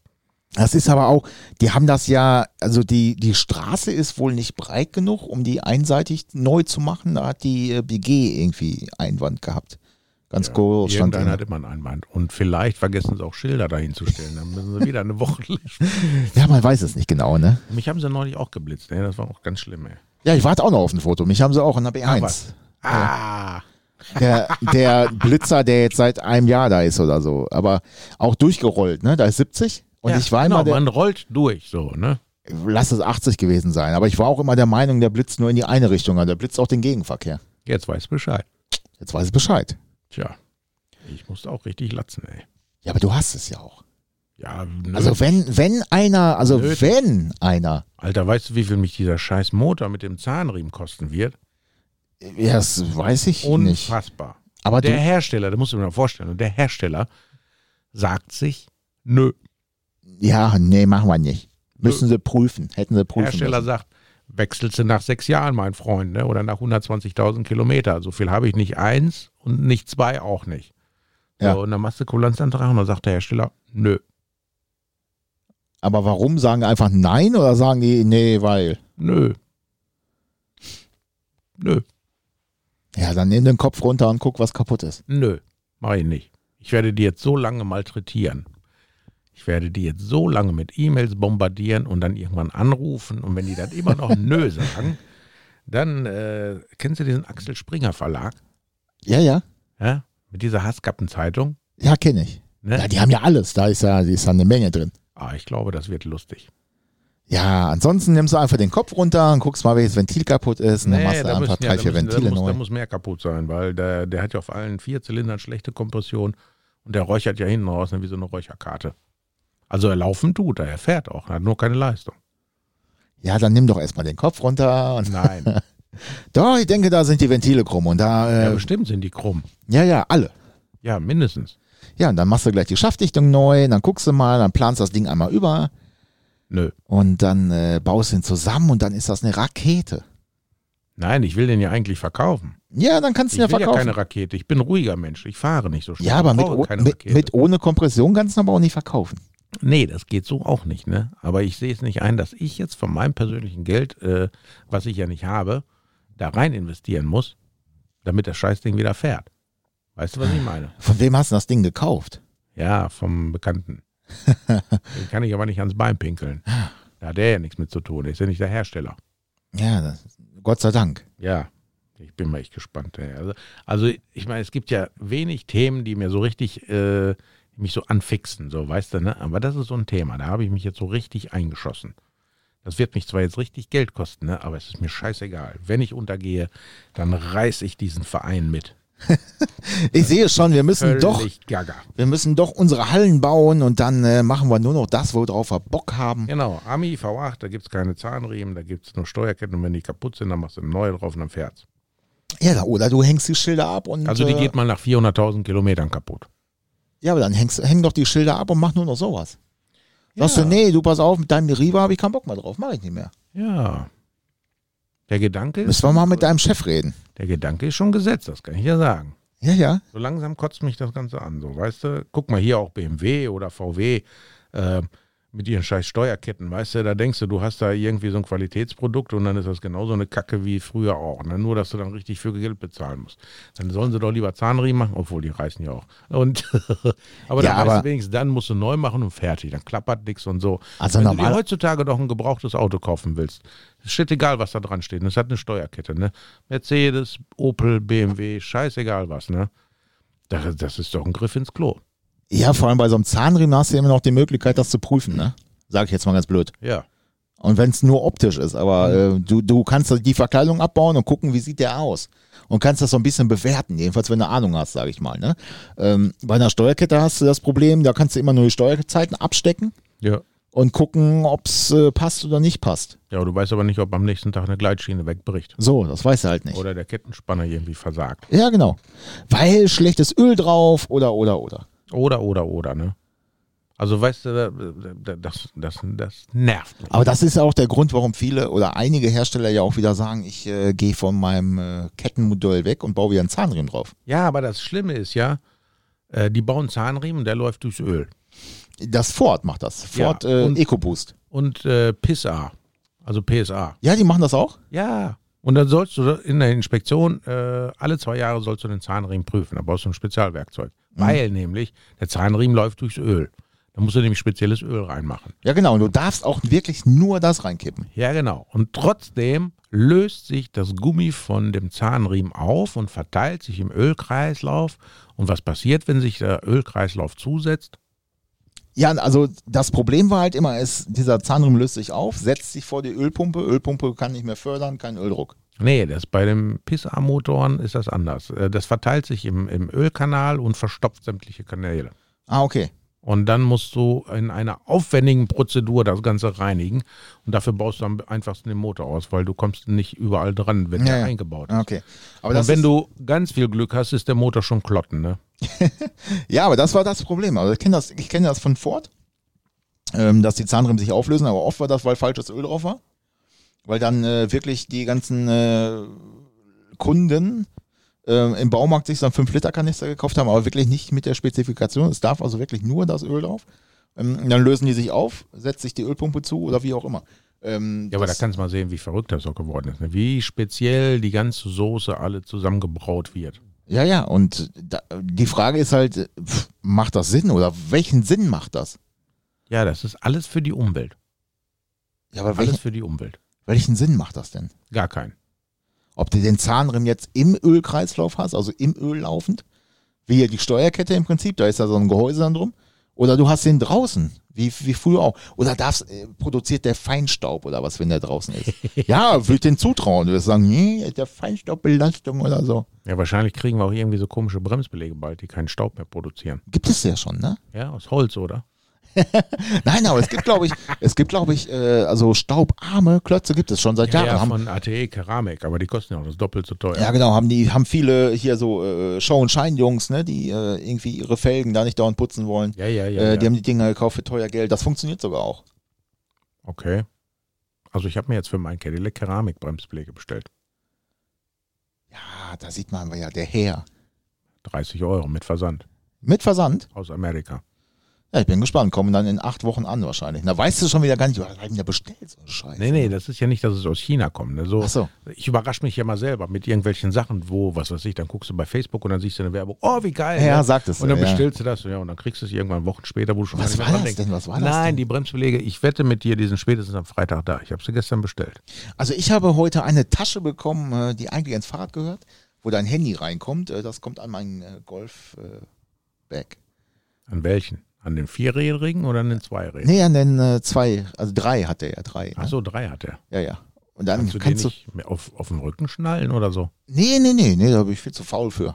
Das ist aber auch, die haben das ja, also die, die Straße ist wohl nicht breit genug, um die einseitig neu zu machen. Da hat die äh, BG irgendwie Einwand gehabt. Ganz
Ja,
cool. Stand
Irgendeiner
drin.
hat immer einen Einwand. Und vielleicht vergessen sie auch Schilder dahin zu stellen. Dann müssen sie wieder eine Woche.
ja, man weiß es nicht genau, ne?
Mich haben sie neulich auch geblitzt, ey. Das war auch ganz schlimm, ey.
Ja, ich warte auch noch auf ein Foto. Mich haben sie auch in der B1.
was? Ah!
Der, der Blitzer, der jetzt seit einem Jahr da ist oder so. Aber auch durchgerollt, ne? Da ist 70. Und
ja,
ich war
genau,
immer der,
man rollt durch, so, ne?
lass es 80 gewesen sein, aber ich war auch immer der Meinung, der blitzt nur in die eine Richtung, aber der blitzt auch den Gegenverkehr.
Jetzt weiß Bescheid.
Jetzt weiß ich Bescheid.
Tja. Ich musste auch richtig latzen, ey.
Ja, aber du hast es ja auch.
Ja, ne? nö.
Also wenn, wenn einer, also
Nötig.
wenn einer,
Alter, weißt du, wie viel mich dieser scheiß Motor mit dem Zahnriemen kosten wird?
ja, das weiß ich nicht.
Unfassbar.
Aber
Der
du,
Hersteller, das musst du mir mal vorstellen, und der Hersteller sagt sich, nö.
ja, nee, machen wir nicht. Müssen sie prüfen, hätten sie prüfen
Hersteller
müssen.
sagt, wechselst du nach sechs Jahren, mein Freund, ne? oder nach 120.000 Kilometer. So viel habe ich nicht eins und nicht zwei auch nicht. So,
Ja.
Und dann machst du Kulanzantrag und dann sagt der Hersteller, nö.
Aber warum sagen die einfach nein oder sagen die, nee, weil?
Nö. Nö.
Ja, dann nimm den Kopf runter und guck, was kaputt ist.
Nö. Mach ich nicht. Ich werde die jetzt so lange malträtieren. Ich werde die jetzt so lange mit E-Mails bombardieren und dann irgendwann anrufen. Und wenn die dann immer noch Nö sagen, dann äh, kennst du diesen Axel Springer Verlag,
Ja, ja.
ja? mit dieser Hasskappenzeitung?
Ja, kenne ich.
Ne?
Ja, die haben ja alles, da ist ja, die ist ja eine Menge drin.
Ah, ich glaube, das wird lustig.
Ja, ansonsten nimmst du einfach den Kopf runter und guckst mal, welches Ventil kaputt ist. Und dann machst du
da
einfach
müssen ja-
drei,
da
vier
müssen- da
Ventile
muss, Da
neu.
muss mehr kaputt sein, weil der, der hat ja auf allen vier Zylindern schlechte Kompression und der räuchert ja hinten raus ne, wie so eine Räucherkarte. Also er laufen tut, er er fährt auch, er hat nur keine Leistung.
Ja, dann nimm doch erstmal den Kopf runter. Und
Nein.
doch, ich denke, da sind die Ventile krumm. Und
Ja,
da, äh,
bestimmt sind die krumm.
ja, ja, alle.
Ja, mindestens.
Ja, und dann machst du gleich die Schaftdichtung neu, dann guckst du mal, dann planst das Ding einmal über
Nö.
und dann äh, baust du ihn zusammen und dann ist das eine Rakete.
Nein, ich will den ja eigentlich verkaufen.
Ja, dann kannst
Ich
du ihn ja
will ja
verkaufen.
keine Rakete. Ich bin ein ruhiger Mensch. Ich fahre nicht so schnell.
Ja, aber
ich
mit,
brauche
oh-
keine
mit,
Rakete.
mit ohne Kompression kannst du ihn aber auch nicht verkaufen.
nee, das geht so auch nicht. Ne? Aber ich sehe es nicht ein, dass ich jetzt von meinem persönlichen Geld, äh, was ich ja nicht habe, da rein investieren muss, damit das Scheißding wieder fährt. Weißt du, was ich meine?
Von wem hast du das Ding gekauft?
Ja, vom Bekannten. Den kann ich aber nicht ans Bein pinkeln. Da hat der ja nichts mit zu tun. Ist ja nicht der Hersteller.
Ja, das, Gott sei Dank.
Ja, ich bin mal echt gespannt. ey. Also, also ich meine, es gibt ja wenig Themen, die mir so richtig äh, mich so anfixen, so weißt du, ne? Aber das ist so ein Thema, da habe ich mich jetzt so richtig eingeschossen. Das wird mich zwar jetzt richtig Geld kosten, ne? aber es ist mir scheißegal. Wenn ich untergehe, dann reiß ich diesen Verein mit.
Ich sehe schon, wir müssen
Völlig
doch
gaga.
wir müssen doch unsere Hallen bauen und dann äh, machen wir nur noch das, worauf wir Bock haben.
Genau, Ami, V8, da gibt es keine Zahnriemen, da gibt es nur Steuerketten und wenn die kaputt sind, dann machst du eine neue drauf und dann fährt's.
Ja, da- oder du hängst die Schilder ab und
Also die
äh,
geht mal nach 400.000 Kilometern kaputt.
ja, aber dann hängst, häng doch die Schilder ab und mach nur noch sowas. Sagst du, nee, du pass auf, mit deinem Riva habe ich keinen Bock mehr drauf, mache ich nicht mehr.
Ja. Der Gedanke ist.
Müssen wir mal mit deinem Chef reden.
Der Gedanke ist schon gesetzt, das kann ich ja sagen.
Ja, ja.
So langsam kotzt mich das Ganze an. So, weißt du, guck mal hier auch BMW oder VW äh, mit ihren scheiß Steuerketten, weißt du, da denkst du, du hast da irgendwie so ein Qualitätsprodukt und dann ist das genauso eine Kacke wie früher auch. Ne? Nur, dass du dann richtig für Geld bezahlen musst. Dann sollen sie doch lieber Zahnriemen machen, obwohl die reißen ja auch. Und, aber
Ja,
dann weißt
aber-
du wenigstens, dann musst du neu machen und fertig. Dann klappert nichts und so.
Also
Wenn du
normal-
dir heutzutage doch ein gebrauchtes Auto kaufen willst, ist shit egal, was da dran steht. Das hat eine Steuerkette, ne? Mercedes, Opel, BMW, scheißegal was, ne? Das, das ist doch ein Griff ins Klo.
Ja, vor allem bei so einem Zahnriemen hast du immer noch die Möglichkeit, das zu prüfen, ne? Sag ich jetzt mal ganz blöd.
Ja.
Und wenn es nur optisch ist, aber äh, du, du kannst die Verkleidung abbauen und gucken, wie sieht der aus. Und kannst das so ein bisschen bewerten, jedenfalls wenn du Ahnung hast, sage ich mal. Ne? Ähm, bei einer Steuerkette hast du das Problem, da kannst du immer nur die Steuerzeiten abstecken
Ja.
und gucken, ob es äh, passt oder nicht passt.
Ja, du weißt aber nicht, ob am nächsten Tag eine Gleitschiene wegbricht.
So, das weißt du halt nicht.
Oder der Kettenspanner irgendwie versagt.
Ja, genau. Weil schlechtes Öl drauf oder, oder, oder.
Oder, oder, oder, ne? Also weißt du, da- da- das, das, das nervt mich.
Aber das ist ja auch der Grund, warum viele oder einige Hersteller ja auch wieder sagen, ich äh, gehe von meinem äh, Kettenmodell weg und baue wieder einen Zahnriemen drauf.
Ja, aber das Schlimme ist ja, äh, die bauen Zahnriemen und der läuft durchs Öl.
Das Ford macht das.
Ja,
Ford äh,
und-
EcoBoost.
Und äh, PISA, also PSA.
Ja, die machen das auch?
Ja. Und dann sollst du in der Inspektion, äh, alle zwei Jahre sollst du den Zahnriemen prüfen. Da brauchst du ein Spezialwerkzeug. Weil nämlich der Zahnriemen läuft durchs Öl. Da musst du nämlich spezielles Öl reinmachen.
Ja, genau. Und du darfst auch wirklich nur das reinkippen.
Ja, genau. Und trotzdem löst sich das Gummi von dem Zahnriemen auf und verteilt sich im Ölkreislauf. Und was passiert, wenn sich der Ölkreislauf zusetzt?
Ja, also das Problem war halt immer, ist, dieser Zahnriemen löst sich auf, setzt sich vor die Ölpumpe. Ölpumpe kann nicht mehr fördern, kein Öldruck.
Nee, das bei dem Pissa-Motoren ist das anders. Äh, Das verteilt sich im, im Ölkanal und verstopft sämtliche Kanäle.
Ah, okay.
Und dann musst du in einer aufwendigen Prozedur das Ganze reinigen. Und dafür baust du am einfachsten den Motor aus, weil du kommst nicht überall dran, wenn
Ja,
der
ja.
eingebaut ist.
Ah, Okay. Aber
Und
das
wenn
ist,
du ganz viel Glück hast, ist der Motor schon klotten, ne?
ja, aber das war das Problem. Also ich kenne das, ich kenne das von Ford, ähm, dass die Zahnriemen sich auflösen, aber oft war das, weil falsches Öl drauf war. Weil dann äh, wirklich die ganzen äh, Kunden äh, im Baumarkt sich so einen 5-Liter-Kanister gekauft haben, aber wirklich nicht mit der Spezifikation. Es darf also wirklich nur das Öl drauf. Ähm, und dann lösen die sich auf, setzt sich die Ölpumpe zu oder wie auch immer. Ähm,
Ja, aber da
das-
kannst du mal sehen, wie verrückt das auch geworden ist. Ne? Wie speziell die ganze Soße alle zusammengebraut wird.
ja, ja, und da, die Frage ist halt, äh, pff, macht das Sinn oder welchen Sinn macht das?
Ja, das ist alles für die Umwelt.
Ja, aber welchen,
Alles für die Umwelt.
welchen Sinn macht das denn?
Gar kein.
ob du den Zahnriemen jetzt im Ölkreislauf hast, also im Öl laufend, wie hier die Steuerkette im Prinzip, da ist ja so ein Gehäuse dann drum, oder du hast den draußen, wie, wie früher auch. Oder darfst, äh, produziert der Feinstaub oder was, wenn der draußen ist. ja, würde den zutrauen, würde sagen, nee, der Feinstaubbelastung oder so.
Ja, wahrscheinlich kriegen wir auch irgendwie so komische Bremsbeläge bald, die keinen Staub mehr produzieren.
Gibt es ja schon, ne?
Ja, aus Holz, oder?
Nein, aber es gibt, glaube ich, es gibt, glaube ich, äh, also staubarme Klötze gibt es schon seit Jahren.
Ja, ja
haben,
von ATE Keramik, aber die kosten ja auch das doppelt so teuer.
Ja, genau, haben die, haben viele hier so äh, Show- und Schein-Jungs, ne, die äh, irgendwie ihre Felgen da nicht dauernd putzen wollen.
ja, ja. ja,
äh,
ja.
Die haben die Dinger gekauft für teuer Geld. Das funktioniert sogar auch.
okay. Also ich habe mir jetzt für meinen Cadillac Keramikbremsbeläge bestellt.
Ja, da sieht man ja der Herr.
30 Euro mit Versand
Mit Versand?
aus Amerika.
Ja, ich bin gespannt. Kommen dann in acht Wochen an wahrscheinlich. Da weißt du schon wieder gar nicht, was haben da bestellt, so eine Scheiße.
Nee, nee, das ist ja nicht, dass es aus China kommt. Ne? So,
Ach so.
Ich überrasche mich ja mal selber mit irgendwelchen Sachen, wo, was weiß ich, dann guckst du bei Facebook und dann siehst du eine Werbung, oh, wie geil.
Ja,
ne?
sagt es.
Und dann
ja.
bestellst du das ja, und dann kriegst du es irgendwann Wochen später, wo du schon
Was
gar
war
nicht mehr dran
das denn? Was war das
Nein,
denn?
die Bremsbeläge, ich wette mit dir, die sind spätestens am Freitag da. Ich habe sie gestern bestellt.
Also ich habe heute eine Tasche bekommen, äh, die eigentlich ins Fahrrad gehört, wo dein Handy reinkommt. Äh, Das kommt an mein äh, Golf-Bag.
An welchen? An den vierrädrigen oder an den zweirädrigen?
nee, an den äh, zwei, also drei hat der ja, drei. Ne?
Ach so, drei hat er.
Ja, ja. Und dann
Kannst
kannst,
du den
du.
nicht mehr auf, auf den Rücken schnallen oder so?
Nee, nee, nee, nee, da bin ich viel zu faul für.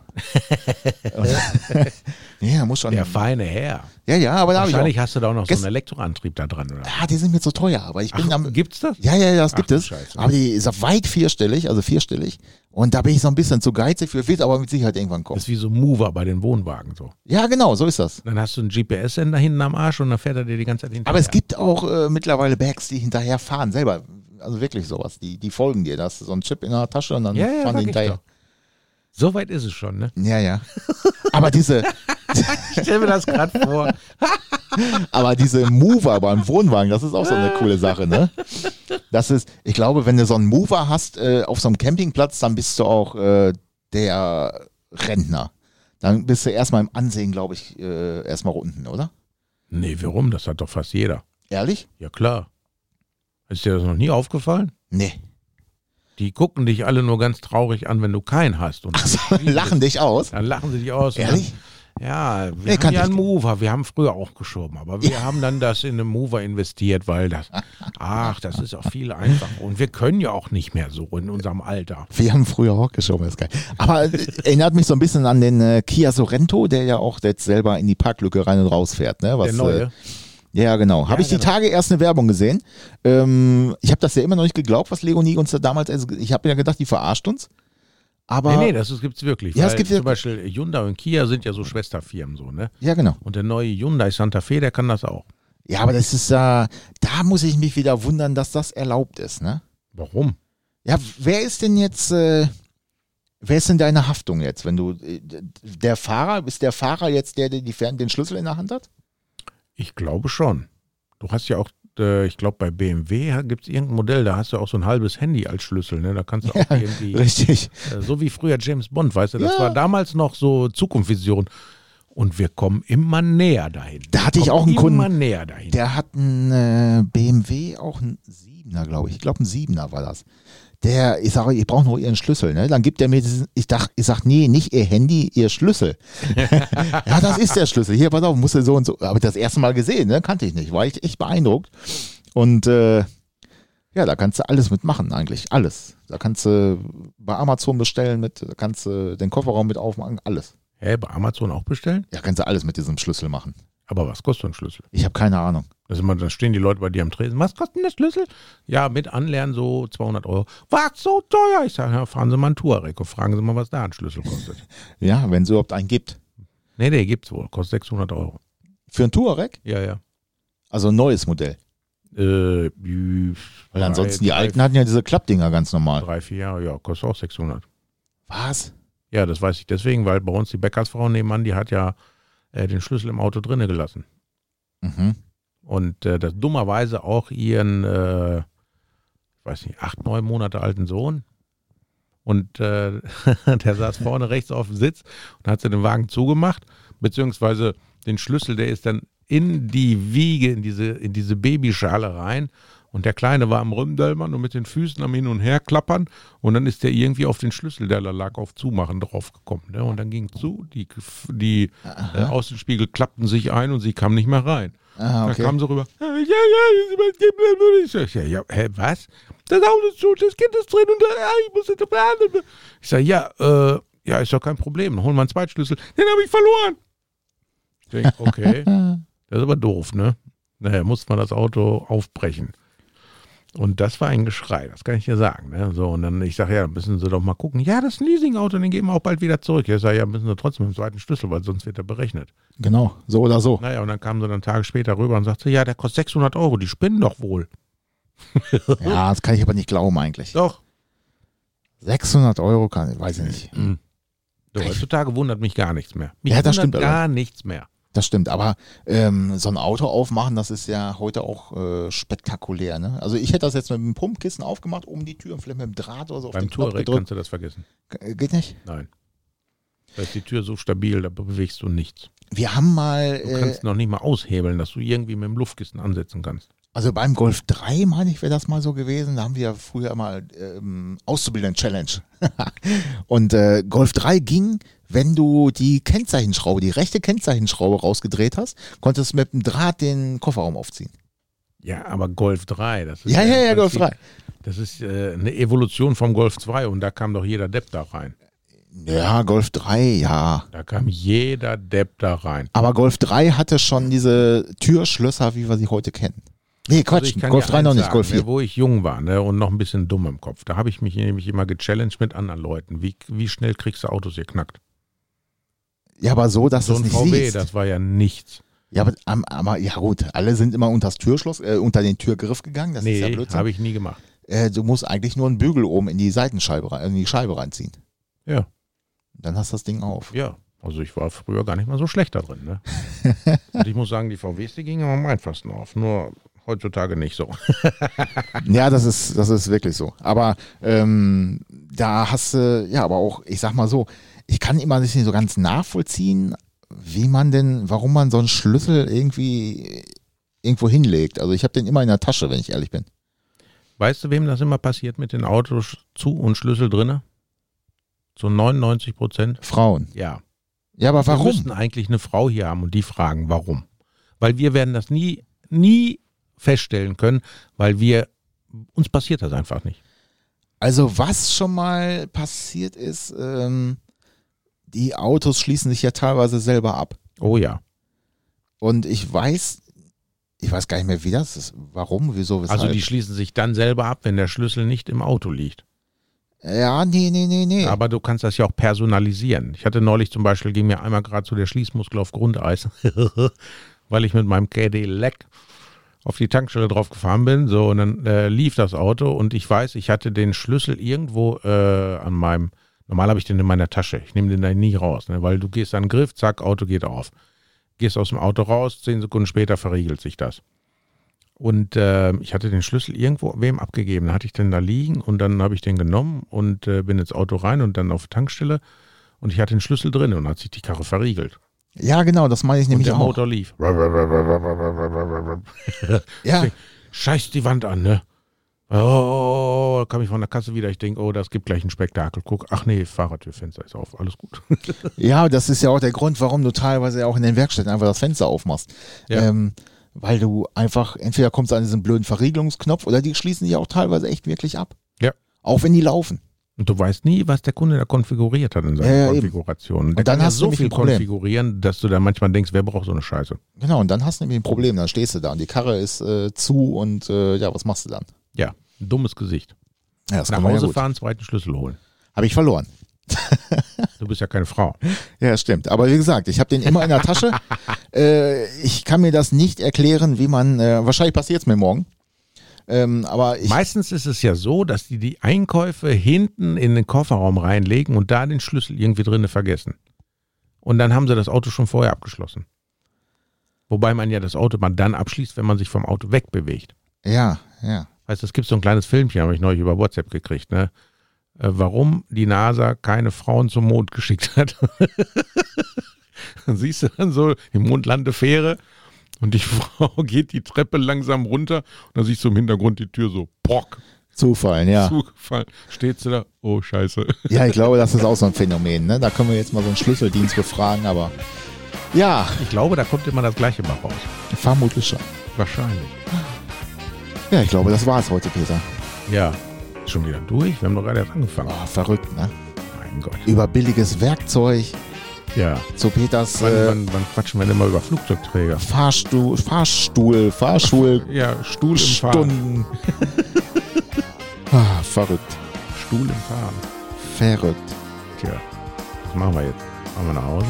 nee, da muss schon.
Der feine Herr.
Ja, ja, aber da habe Ähm, ich auch.
Wahrscheinlich hast du da auch noch so
Gest-
einen Elektroantrieb da dran, oder?
Ja, die sind mir zu teuer, aber ich bin
Ach,
am.
gibt's das?
Ja, ja, ja, das
Ach
gibt
du
es.
Scheiße.
Aber die ist auf weit vierstellig, also vierstellig. Und da bin ich so ein bisschen zu geizig für, wird aber mit Sicherheit irgendwann kommen.
Das ist wie so ein Mover bei den Wohnwagen so.
Ja, genau, so ist das.
Dann hast du einen GPS-Sender hinten am Arsch und dann fährt er dir die ganze Zeit hinterher.
Aber es gibt auch äh, mittlerweile Bags, die hinterher fahren, selber. Also wirklich sowas. Die, die folgen dir. Da hast du so einen Chip in der Tasche und dann
Ja, ja,
fahren
sag
die
ich
hinterher.
doch. So weit ist es schon, ne?
Ja, ja. Aber diese,
Ich stell mir das gerade vor.
aber diese Mover beim Wohnwagen, das ist auch so eine coole Sache, ne? Das ist, ich glaube, wenn du so einen Mover hast äh, auf so einem Campingplatz, dann bist du auch äh, der Rentner. Dann bist du erstmal im Ansehen, glaube ich, äh, erstmal unten, oder?
Nee, warum? Das hat doch fast jeder.
Ehrlich?
Ja, klar. Ist dir das noch nie aufgefallen?
Nee.
Die gucken dich alle nur ganz traurig an, wenn du keinen hast. Und
Lachen dich aus.
Dann lachen sie dich aus. und
Ehrlich?
dann- Ja, wir
Nee,
haben
kannte
ja
ich
einen
nicht.
Mover. Wir haben früher auch geschoben, aber wir haben dann das in einen Mover investiert, weil das, ach, das ist auch viel einfacher. Und wir können ja auch nicht mehr so in unserem Alter.
Wir haben früher auch geschoben, das ist geil. Aber äh, erinnert mich so ein bisschen an den äh, Kia Sorento, der ja auch jetzt selber in die Parklücke rein und raus fährt. Ne? Was,
Der neue.
Äh, ja, genau. Habe ich die Tage erst eine Werbung gesehen. Ähm, ich habe das ja immer noch nicht geglaubt, was Leonie uns da damals. Also ich habe ja gedacht, die verarscht uns. Aber
nee, nee, das gibt es wirklich.
Ja,
Ja,
es gibt's ja-
zum Beispiel Hyundai und Kia sind ja so Schwesterfirmen, so, ne?
ja, genau.
Und der neue Hyundai Santa Fe, der kann das auch.
Ja, aber das ist äh, da muss ich mich wieder wundern, dass das erlaubt ist. Ne?
Warum?
Ja, wer ist denn jetzt? Äh, wer ist denn deine Haftung jetzt, wenn du äh, d- der Fahrer ist der Fahrer jetzt der, der die Fern den Schlüssel in der Hand hat?
Ich glaube schon. Du hast ja auch, äh, ich glaube, bei BMW gibt es irgendein Modell, da hast du auch so ein halbes Handy als Schlüssel, ne? Da kannst du auch irgendwie.
Richtig.
Äh, So wie früher James Bond, weißt du, das
Ja.
war damals noch so Zukunftsvision. Und wir kommen immer näher dahin.
Da hatte ich
Kommen
auch einen Kunden.
Immer näher dahin.
Der hat einen äh, BMW, auch einen Siebener, glaube ich. Ich glaube, ein Siebener war das. Der, ich sage, ich brauche nur ihren Schlüssel. Ne? Dann gibt er mir diesen, ich dachte, ich sag, nee, nicht ihr Handy, ihr Schlüssel. ja, das ist der Schlüssel. Hier, pass auf, musst du so und so. Habe ich das erste Mal gesehen, ne? kannte ich nicht. War ich echt beeindruckt. Und äh, ja, da kannst du alles mitmachen eigentlich, alles. Da kannst du bei Amazon bestellen mit, da kannst du den Kofferraum mit aufmachen, alles.
Hä, bei Amazon auch bestellen?
Ja, kannst du alles mit diesem Schlüssel machen.
Aber was kostet so ein Schlüssel?
Ich habe keine Ahnung.
Das ist immer, dann stehen die Leute bei dir am Tresen. Was kostet denn der Schlüssel? Ja, mit Anlernen so 200 Euro. Was, so teuer? Ich sage, ja, fahren Sie mal einen Touareg und fragen Sie mal, was da ein Schlüssel kostet.
Ja, wenn es überhaupt einen gibt.
nee, nee, gibt's wohl. Kostet 600 Euro.
Für einen Touareg?
Ja, ja.
Also ein neues Modell.
Äh,
Weil ansonsten die alten hatten ja diese Klappdinger ganz normal.
Drei, vier Jahre, ja, kostet auch 600.
Was?
Ja, das weiß ich deswegen, weil bei uns die Bäckersfrau nebenan, die hat ja äh, den Schlüssel im Auto drinne gelassen.
Mhm.
Und äh, das dummerweise auch ihren, äh, ich weiß nicht, acht, neun Monate alten Sohn. Und äh, der saß vorne rechts auf dem Sitz und hat sie den Wagen zugemacht, beziehungsweise den Schlüssel, der ist dann in die Wiege, in diese, in diese Babyschale rein. Und der Kleine war am Rümdelmann und mit den Füßen am Hin und Her klappern. Und dann ist der irgendwie auf den Schlüssel, der da lag, auf Zumachen draufgekommen. Ne? Und dann ging zu, die, die äh, Außenspiegel klappten sich ein und sie kam nicht mehr rein.
Ah,
Da
okay.
kam so rüber. Ja, ja, ja, ich sag, ja, ja, hä, was? Das Auto ist tot, das Kind ist drin und äh, ich muss jetzt planen. Ich sage, ja, äh, ja, ist doch kein Problem. Dann Holen wir einen Zweitschlüssel. Den habe ich verloren. Ich denk, okay, das ist aber doof, ne? Naja, muss man das Auto aufbrechen. Und das war ein Geschrei, das kann ich dir sagen. Ne? So, und dann, ich sage, ja, müssen Sie doch mal gucken. Ja, das ist ein Leasing-Auto, den geben wir auch bald wieder zurück. Ich sage, ja, müssen Sie trotzdem mit dem zweiten Schlüssel, weil sonst wird er berechnet.
Genau, so oder so.
Naja, und dann kam sie dann Tage später rüber und sagte, ja, der kostet 600 Euro, die spinnen doch wohl.
Ja, das kann ich aber nicht glauben eigentlich.
Doch.
600 Euro kann ich, weiß ich nicht.
So, heutzutage wundert mich gar nichts mehr. Mich
Hm. Ja, das
wundert
stimmt aber.
gar nichts mehr.
Das stimmt, aber ähm, so ein Auto aufmachen, das ist ja heute auch äh, spektakulär. Ne? Also ich hätte das jetzt mit einem Pumpkissen aufgemacht, oben die Tür und vielleicht mit einem Draht oder so auf
Beim
den Knopf
Touareg
gedrückt.
kannst du das vergessen.
Äh, Geht nicht?
Nein. Da ist die Tür so stabil, da bewegst du nichts.
Wir haben mal,
Du
äh,
kannst noch nicht mal aushebeln, dass du irgendwie mit dem Luftkissen ansetzen kannst.
also beim Golf 3, meine ich, wäre das mal so gewesen. Da haben wir früher mal ähm, Auszubildenden-Challenge. und äh, Golf 3 ging, wenn du die Kennzeichenschraube, die rechte Kennzeichenschraube rausgedreht hast, konntest du mit dem Draht den Kofferraum aufziehen.
Ja, aber Golf 3, das ist
Ja, ja,
im
ja, Golf
Prinzip-
3.
Das ist äh, eine Evolution vom Golf 2 und da kam doch jeder Depp da rein.
Ja, Golf 3, ja.
Da kam jeder Depp da rein.
Aber Golf 3 hatte schon diese Türschlösser, wie wir sie heute kennen. Nee,
Also
Quatsch,
ich kann
Golf
dir
3
eins
noch nicht,
sagen,
Golf
ne,
4.
Wo ich jung war ne, und noch ein bisschen dumm im Kopf, da habe ich mich nämlich immer gechallenged mit anderen Leuten. Wie, wie schnell kriegst du Autos geknackt?
Ja, aber so, dass
ne? So
du es
ein
nicht
VW,
siehst.
das war ja nichts.
Ja, aber, am- aber ja gut, alle sind immer unter das Türschloss, äh, unter den Türgriff gegangen, das ist ja
nee,
Blödsinn.
habe ich nie gemacht.
Äh, du musst eigentlich nur einen Bügel oben in die Seitenscheibe rein, in die Scheibe reinziehen.
Ja,
Dann hast du das Ding auf.
ja. Also ich war früher gar nicht mal so schlecht da drin. Ne? und ich muss sagen, die VWs, die gingen am einfachsten auf. Nur heutzutage nicht so.
Ja, das ist, das ist wirklich so. Aber ähm, da hast du, ja, aber auch, ich sag mal so, ich kann immer nicht so ganz nachvollziehen, wie man denn, warum man so einen Schlüssel irgendwie irgendwo hinlegt. Also ich habe den immer in der Tasche, wenn ich ehrlich bin.
Weißt du, wem das immer passiert mit den Autos zu und Schlüssel drinne? Zu 99 Prozent?
Frauen.
Ja.
Ja, aber
Wir
warum?
müssten eigentlich eine Frau hier haben und die fragen, warum. Weil wir werden das nie, nie feststellen können, weil wir, uns passiert das einfach nicht.
Also was schon mal passiert ist, ähm, die Autos schließen sich ja teilweise selber ab.
Oh ja.
Und ich weiß, ich weiß gar nicht mehr, wie das ist, warum, wieso, weshalb.
Also die schließen sich dann selber ab, wenn der Schlüssel nicht im Auto liegt.
ja, nee, nee, nee, nee.
Aber du kannst das ja auch personalisieren. Ich hatte neulich zum Beispiel, ging mir einmal gerade so der Schließmuskel auf Grundeis, weil ich mit meinem Cadillac auf die Tankstelle drauf gefahren bin. So, und dann äh, lief das Auto und ich weiß, ich hatte den Schlüssel irgendwo äh, an meinem, normal habe ich den in meiner Tasche. Ich nehme den da nie raus, ne? weil du gehst an den Griff, zack, Auto geht auf. Gehst aus dem Auto raus, zehn Sekunden später verriegelt sich das. Und äh, ich hatte den Schlüssel irgendwo wem abgegeben. Da hatte ich den da liegen und dann habe ich den genommen und äh, bin ins Auto rein und dann auf die Tankstelle. Und ich hatte den Schlüssel drin und hat sich die Karre verriegelt.
ja, genau, das meine ich
Und
nämlich
der
auch.
Motor lief.
Ja,
Scheiß die Wand an, ne? Oh, da kam ich von der Kasse wieder. Ich denke, oh, das gibt gleich ein Spektakel. Guck, ach nee, Fahrertürfenster ist auf. Alles gut.
ja, das ist ja auch der Grund, warum du teilweise auch in den Werkstätten einfach das Fenster aufmachst.
Ja.
Ähm, weil du einfach, entweder kommst du an diesen blöden Verriegelungsknopf oder die schließen dich auch teilweise echt wirklich ab.
Ja.
Auch wenn die laufen.
Und du weißt nie, was der Kunde da konfiguriert hat in seiner
Ja, ja, eben.
Konfiguration. Und
Und dann hast du
so
nämlich
viel
ein Problem.
konfigurieren, dass du da manchmal denkst, wer braucht so eine Scheiße?
Genau, und dann hast du nämlich ein Problem, dann stehst du da und die Karre ist äh, zu und äh, ja, was machst du dann?
Ja, ein dummes Gesicht.
Ja, das
Nach
kann man
Hause
ja gut.
fahren, zweiten Schlüssel holen.
Habe ich verloren.
Du bist ja keine Frau.
Ja, stimmt. Aber wie gesagt, ich habe den immer in der Tasche. äh, ich kann mir das nicht erklären, wie man, äh, wahrscheinlich passiert es mir morgen. Ähm, aber ich,
Meistens ist es ja so, dass die die Einkäufe hinten in den Kofferraum reinlegen und da den Schlüssel irgendwie drinne vergessen. Und dann haben sie das Auto schon vorher abgeschlossen. Wobei man ja das Auto mal dann abschließt, wenn man sich vom Auto wegbewegt.
ja, ja.
Weißt du, es gibt so ein kleines Filmchen, habe ich neulich über WhatsApp gekriegt, ne? Äh, Warum die NASA keine Frauen zum Mond geschickt hat. dann siehst du dann so im Mond Landefähre und die Frau geht die Treppe langsam runter und dann siehst du im Hintergrund die Tür so pock
Zufall, ja.
zugefallen. Steht sie da? Oh, scheiße.
Ja, ich glaube, das ist auch so ein Phänomen. Ne? Da können wir jetzt mal so einen Schlüsseldienst befragen, aber ja,
Ich glaube, da kommt immer das Gleiche mal raus.
vermutlich schon.
Wahrscheinlich.
Ja, ich glaube, das war's heute, Peter.
Ja. Ist Schon wieder durch? Wir haben doch gerade erst angefangen.
Oh, verrückt, ne?
Mein Gott.
Über billiges Werkzeug
Ja.
zu Peters
Wann,
äh,
wann, wann quatschen wir denn mal über Flugzeugträger?
Fahrstuhl, Fahrstuhl, Fahrschul,
Ja, Stuhl im Fahren.
Stunden. ah, verrückt,
Stuhl im Fahren.
verrückt.
Tja. Was machen wir jetzt? Machen wir nach Hause?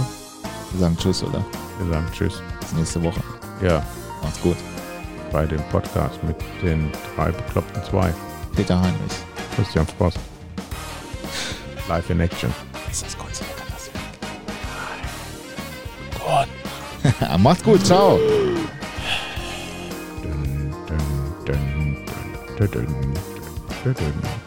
Wir sagen Tschüss, oder?
Wir sagen Tschüss.
Bis nächste Woche.
Ja.
Macht's gut.
Bei dem Podcast mit den drei bekloppten zwei.
Peter Heinrich.
Christian Frost. Live in Action.
Ist das Konzert? Kann das Gott. Macht's gut, ciao.
Dun, dun, dun, dun, dun, dun, dun, dun.